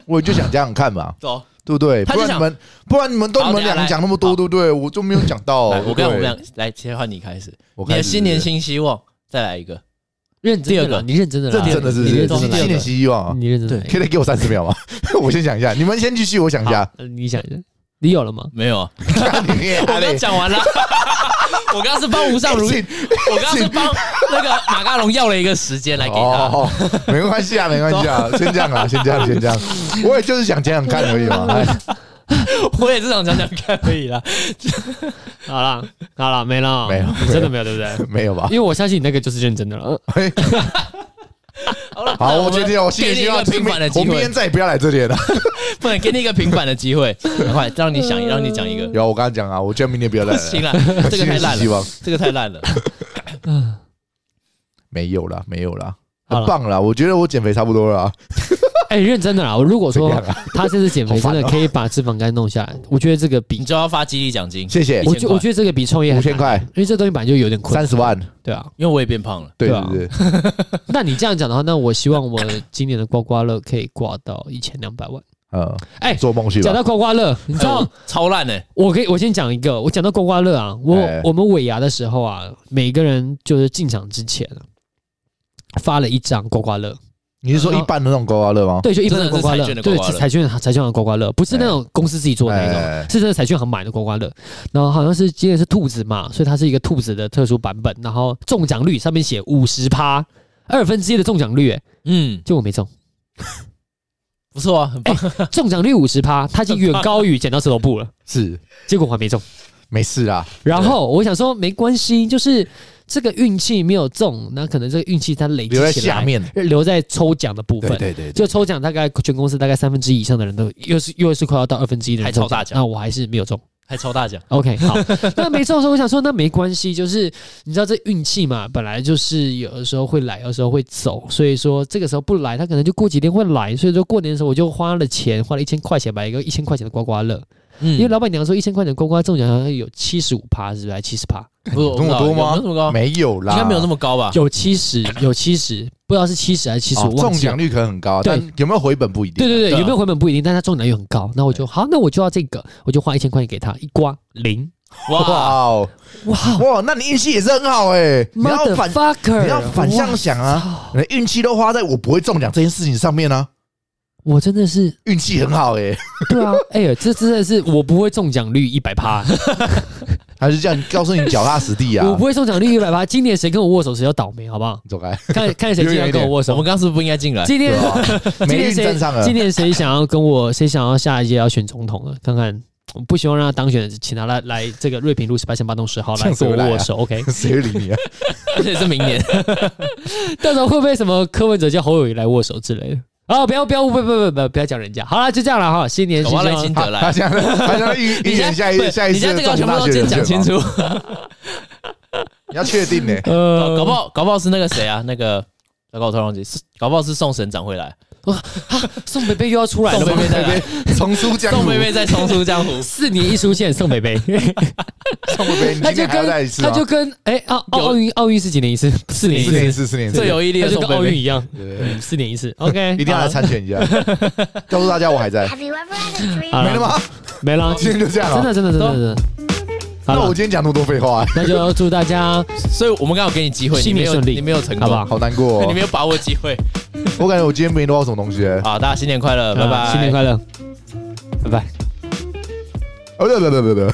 Speaker 1: 我就想讲讲看嘛，
Speaker 2: 走，
Speaker 1: 对不对？
Speaker 2: 他
Speaker 1: 不
Speaker 2: 就
Speaker 1: 然你
Speaker 2: 想
Speaker 1: 们，不然你们都
Speaker 2: 好
Speaker 1: 你们
Speaker 2: 等一下
Speaker 1: 两个
Speaker 2: 来
Speaker 1: 讲那么多，
Speaker 2: 好
Speaker 1: 对不对？哦我就没有讲到。
Speaker 2: 来，我
Speaker 1: 对
Speaker 2: 跟
Speaker 1: 不
Speaker 2: 我
Speaker 1: 对
Speaker 2: 们俩来切换你开始，
Speaker 1: 我
Speaker 2: 你
Speaker 1: 开
Speaker 2: 的
Speaker 1: 始
Speaker 2: 新年新希望，再来一个。
Speaker 3: 认真
Speaker 2: 第
Speaker 3: 的
Speaker 2: 二
Speaker 3: 啦
Speaker 2: 个
Speaker 3: 你认真的啦，
Speaker 2: 这点
Speaker 1: 真的是
Speaker 3: 你
Speaker 1: 新
Speaker 3: 认
Speaker 2: 这点
Speaker 3: 真的
Speaker 2: 第二
Speaker 1: 年
Speaker 2: 个
Speaker 3: 来，
Speaker 1: 希望
Speaker 2: 嗯
Speaker 1: 啊，
Speaker 3: 你认真的来，
Speaker 1: 可以再给我三十秒吗？ 我先想一下，你们先继续，我想一下
Speaker 3: 好。，呃你想一下，你有了吗？
Speaker 2: 没有啊，
Speaker 1: 看你也
Speaker 2: 我
Speaker 1: 阿
Speaker 2: 刚
Speaker 1: 磊
Speaker 2: 刚讲完了。 我刚刚是帮 吴尚如，
Speaker 1: 哎请
Speaker 2: 我刚刚是帮那个马嘎龙要了一个时间来哎给他。
Speaker 1: 哦，没关系啊，没关系 啊，先这样啊，先这样，先这样。我也就是想讲讲看而已 嘛。哎
Speaker 2: 我也是想讲讲看而已啦。
Speaker 3: 好啦，好啦，没
Speaker 2: 哦
Speaker 3: 了，
Speaker 1: 没有
Speaker 3: 你真的没有，对不对？
Speaker 1: 没有吧
Speaker 3: 因？为我相信你那个就是认真的了。
Speaker 1: 哎
Speaker 2: 好了，
Speaker 1: 好，我决
Speaker 2: 决
Speaker 1: 定
Speaker 2: 定
Speaker 1: 了，我新年希望
Speaker 2: 给你一个平凡的
Speaker 1: 我
Speaker 2: 机
Speaker 1: 明
Speaker 2: 会
Speaker 1: 天，再也不要来这里了。
Speaker 2: 不能给你一个平凡的机会，赶快让你想，让你讲一个。
Speaker 1: 有，我刚刚讲啊，我觉得明天不要来
Speaker 2: 不
Speaker 1: 了。
Speaker 2: 行
Speaker 1: 新
Speaker 2: 啦， 这个太
Speaker 1: 年
Speaker 2: 烂
Speaker 1: 希
Speaker 2: 了，
Speaker 1: 望
Speaker 2: 这个太烂了。
Speaker 1: 没有啦，没有啦，
Speaker 3: 好
Speaker 1: 很
Speaker 3: 啦
Speaker 1: 棒啦，我觉得我减肥差不多了啊。
Speaker 3: 哎，认真的啦，我如果
Speaker 1: 怎
Speaker 3: 说
Speaker 1: 样啊？
Speaker 3: 他这次减肥
Speaker 1: 好
Speaker 3: 真
Speaker 1: 烦哦
Speaker 3: 的可以把脂肪肝弄下来，我觉得这个
Speaker 2: 你
Speaker 3: 比，
Speaker 2: 就要发激励奖金，
Speaker 1: 谢谢
Speaker 2: 一，
Speaker 3: 我
Speaker 2: 千
Speaker 3: 觉
Speaker 2: 块
Speaker 3: 我觉得这个比创业还
Speaker 1: 五千
Speaker 3: 难，
Speaker 1: 块，
Speaker 3: 因为这东西本来就有点困难，
Speaker 1: 三十万，
Speaker 3: 对啊。
Speaker 2: 因为我也变胖了。
Speaker 1: 对对
Speaker 3: 对 啊
Speaker 1: 对，
Speaker 3: 那你这样讲的话，那我希望我今年的刮刮乐可以刮到一千两百万。
Speaker 1: 嗯，
Speaker 3: 哎
Speaker 1: 做梦去吧
Speaker 3: 讲。到刮刮乐，你知道
Speaker 2: 超哎超烂呢，
Speaker 3: 我可以，我先讲一个，我讲到刮刮乐啊，我、
Speaker 1: 哎
Speaker 3: 我们尾牙的时候啊，每个人就是进场之前啊发了一张刮刮乐，
Speaker 1: 你
Speaker 2: 嗯
Speaker 1: 是说一般的那种刮刮乐吗？
Speaker 3: 对，就一般
Speaker 2: 哦真的
Speaker 3: 刮
Speaker 2: 是
Speaker 3: 刮乐
Speaker 2: 彩券，的刮
Speaker 3: 对，
Speaker 2: 刮乐哎
Speaker 3: 是彩券彩券行刮刮乐，不是那种公司自己做的那种，
Speaker 1: 哎
Speaker 3: 是真的彩券行买的刮刮乐。然后好像是今年是兔子嘛，所以它是一个兔子的特殊版本，然后中奖率上面写五十趴，二分之一的中奖率、哎，
Speaker 2: 嗯，
Speaker 3: 结 果没中，
Speaker 2: 不错啊，很棒。
Speaker 3: 中奖率五十趴，它已经远高于剪刀石头布了，
Speaker 1: 是
Speaker 3: 结果我还没中。
Speaker 1: 没事啦，
Speaker 3: 然后我想说，没关系，就是这个运气没有中，那可能这个运气它累积
Speaker 1: 留在
Speaker 3: 起来
Speaker 1: 下，面。
Speaker 3: 留在抽奖的部
Speaker 1: 对
Speaker 3: 分。
Speaker 1: 对对，
Speaker 3: 就抽奖，大概全公司大概三分之一以上的人都又是又是快要到二分之一的人
Speaker 2: 还抽
Speaker 3: 中
Speaker 2: 大奖
Speaker 3: 那我还是没有中。
Speaker 2: 还超大 奖，
Speaker 3: OK，好，那没中的时候，我想说那没关系，就是你知道这运气嘛，本来就是有的时候会来，有的时候会走，所以说这个时候不来，他可能就过几天会来，所以说过年的时候我就花了钱，花了一千块钱买一个一千块钱的刮刮乐，
Speaker 2: 嗯
Speaker 3: 因为老板娘说一千块钱刮刮中奖好像有七十五趴，是不是？还七十趴？
Speaker 2: 不是
Speaker 1: 这么多吗
Speaker 2: 有没有那么高？
Speaker 1: 没有啦，
Speaker 2: 哦应该没有那么高吧？
Speaker 3: 有七 十，有七十，不知道是七十还是七十、
Speaker 1: 啊哦
Speaker 3: 我忘
Speaker 1: 中
Speaker 3: 记了
Speaker 1: 奖。率可能很高，
Speaker 3: 对
Speaker 1: 但有没有回本不一定。
Speaker 3: 对对
Speaker 2: 对
Speaker 3: 对，
Speaker 2: 啊
Speaker 3: 有没有回本不一定，但他中奖率很高。那我就好，那我就要这个，我就花一千块钱给他，一刮零。
Speaker 2: 哇，
Speaker 1: 哇哦
Speaker 3: 哇
Speaker 1: 哇，那你运气也是很好哎，你要反
Speaker 3: ，motherfucker！
Speaker 1: 你要反向想啊，你的运气都花在我不会中奖这件事情上面啊，
Speaker 3: 哇，我真的是，
Speaker 1: 运气很好哎，
Speaker 3: 对啊，哎呀，这真的是我不会中奖率一百趴，
Speaker 1: 还是这样告诉你脚踏实地啊
Speaker 3: 我，不会中奖率一百趴。今年谁跟我握手谁就倒霉，好不好？
Speaker 1: 你走 开，
Speaker 3: 看看谁今天要跟我握
Speaker 2: 我
Speaker 3: 手
Speaker 2: 们。刚刚是不是不应该进来？
Speaker 3: 今天
Speaker 1: 对啊
Speaker 2: 啊
Speaker 1: 吧？
Speaker 3: 今
Speaker 1: 霉
Speaker 3: 天
Speaker 1: 运
Speaker 3: 谁
Speaker 1: 站上了啊
Speaker 3: 今，天谁想要跟我，谁想要下一届要选总统了？看看，我不希望让他当选，请他来来这个瑞平路十八线八栋十号
Speaker 1: 这
Speaker 3: 来
Speaker 1: 样子
Speaker 3: 跟我
Speaker 1: 会来啊
Speaker 3: 握手。OK，
Speaker 1: 谁会理 你啊？
Speaker 2: 而且是明年，
Speaker 3: 到时候会不会什么柯文哲叫侯友谊来握手之类的？啊、不要不要不不不不不要讲人家，好了，就这样了哈。新年
Speaker 2: 搞
Speaker 3: 新
Speaker 2: 不好
Speaker 3: 希
Speaker 2: 赖
Speaker 3: 望
Speaker 2: 清
Speaker 1: 他
Speaker 2: 德
Speaker 1: 他
Speaker 2: 来。
Speaker 1: 想他想预预言下
Speaker 2: 不
Speaker 1: 一
Speaker 2: 是
Speaker 1: 下一次
Speaker 2: 你现
Speaker 1: 的
Speaker 2: 在这个全
Speaker 1: 中
Speaker 2: 部
Speaker 1: 大
Speaker 2: 都
Speaker 1: 学
Speaker 2: 先
Speaker 1: 人
Speaker 2: 讲
Speaker 1: 选
Speaker 2: 清
Speaker 1: 吗
Speaker 2: 楚，
Speaker 1: 你要确定呢。 欸
Speaker 3: 呃
Speaker 2: 搞不好搞不好是那个谁啊，那个搞不好我突然忘记，是搞不好是宋省长会来，
Speaker 3: 我啊，宋北北又要出来了
Speaker 2: 宋
Speaker 3: 吗。
Speaker 2: 北？北再来，
Speaker 1: 重出江湖。
Speaker 2: 宋北北再重出江湖
Speaker 3: 四年一出现，宋北北，
Speaker 1: 宋北北，你
Speaker 3: 他
Speaker 1: 今
Speaker 3: 就
Speaker 1: 天还要再一
Speaker 3: 跟
Speaker 1: 次吗？
Speaker 3: 他就跟哎奥
Speaker 2: 有
Speaker 3: 奥运奥运是几年一次？四年一
Speaker 1: 四年一
Speaker 3: 次，
Speaker 1: 次，四年一次
Speaker 2: 最，有毅力
Speaker 3: 他
Speaker 2: 的
Speaker 3: 就
Speaker 2: 宋
Speaker 3: 跟
Speaker 2: 北
Speaker 3: 奥运
Speaker 2: 北，
Speaker 3: 一样，
Speaker 1: 对
Speaker 3: 嗯四年 一次。OK，
Speaker 1: 一定要来参选一 下，告诉大家我还在，
Speaker 4: Have you ever had a dream?
Speaker 3: 好了
Speaker 1: 没了吗？
Speaker 3: 没了，
Speaker 1: 今天就这样
Speaker 3: 真
Speaker 1: 了。
Speaker 3: 的真的真的真的。好
Speaker 1: 那我
Speaker 3: 了，
Speaker 1: 今天讲那么多废话，
Speaker 3: 那就祝大家
Speaker 2: 所以我们刚好给你机会，你
Speaker 3: 新
Speaker 2: 没
Speaker 3: 年
Speaker 2: 有，
Speaker 3: 顺利
Speaker 2: 你没有成功，
Speaker 3: 好不好
Speaker 1: 好难过
Speaker 2: 哎你
Speaker 1: 哦
Speaker 2: 没。有把握机会。
Speaker 1: 我感觉我今天没录到什么东西。
Speaker 2: 好，大家新年快
Speaker 3: 啊
Speaker 2: 乐，
Speaker 3: 呃
Speaker 2: 拜拜，
Speaker 3: 新年快乐，拜拜。
Speaker 1: 呃哦，对对对对对。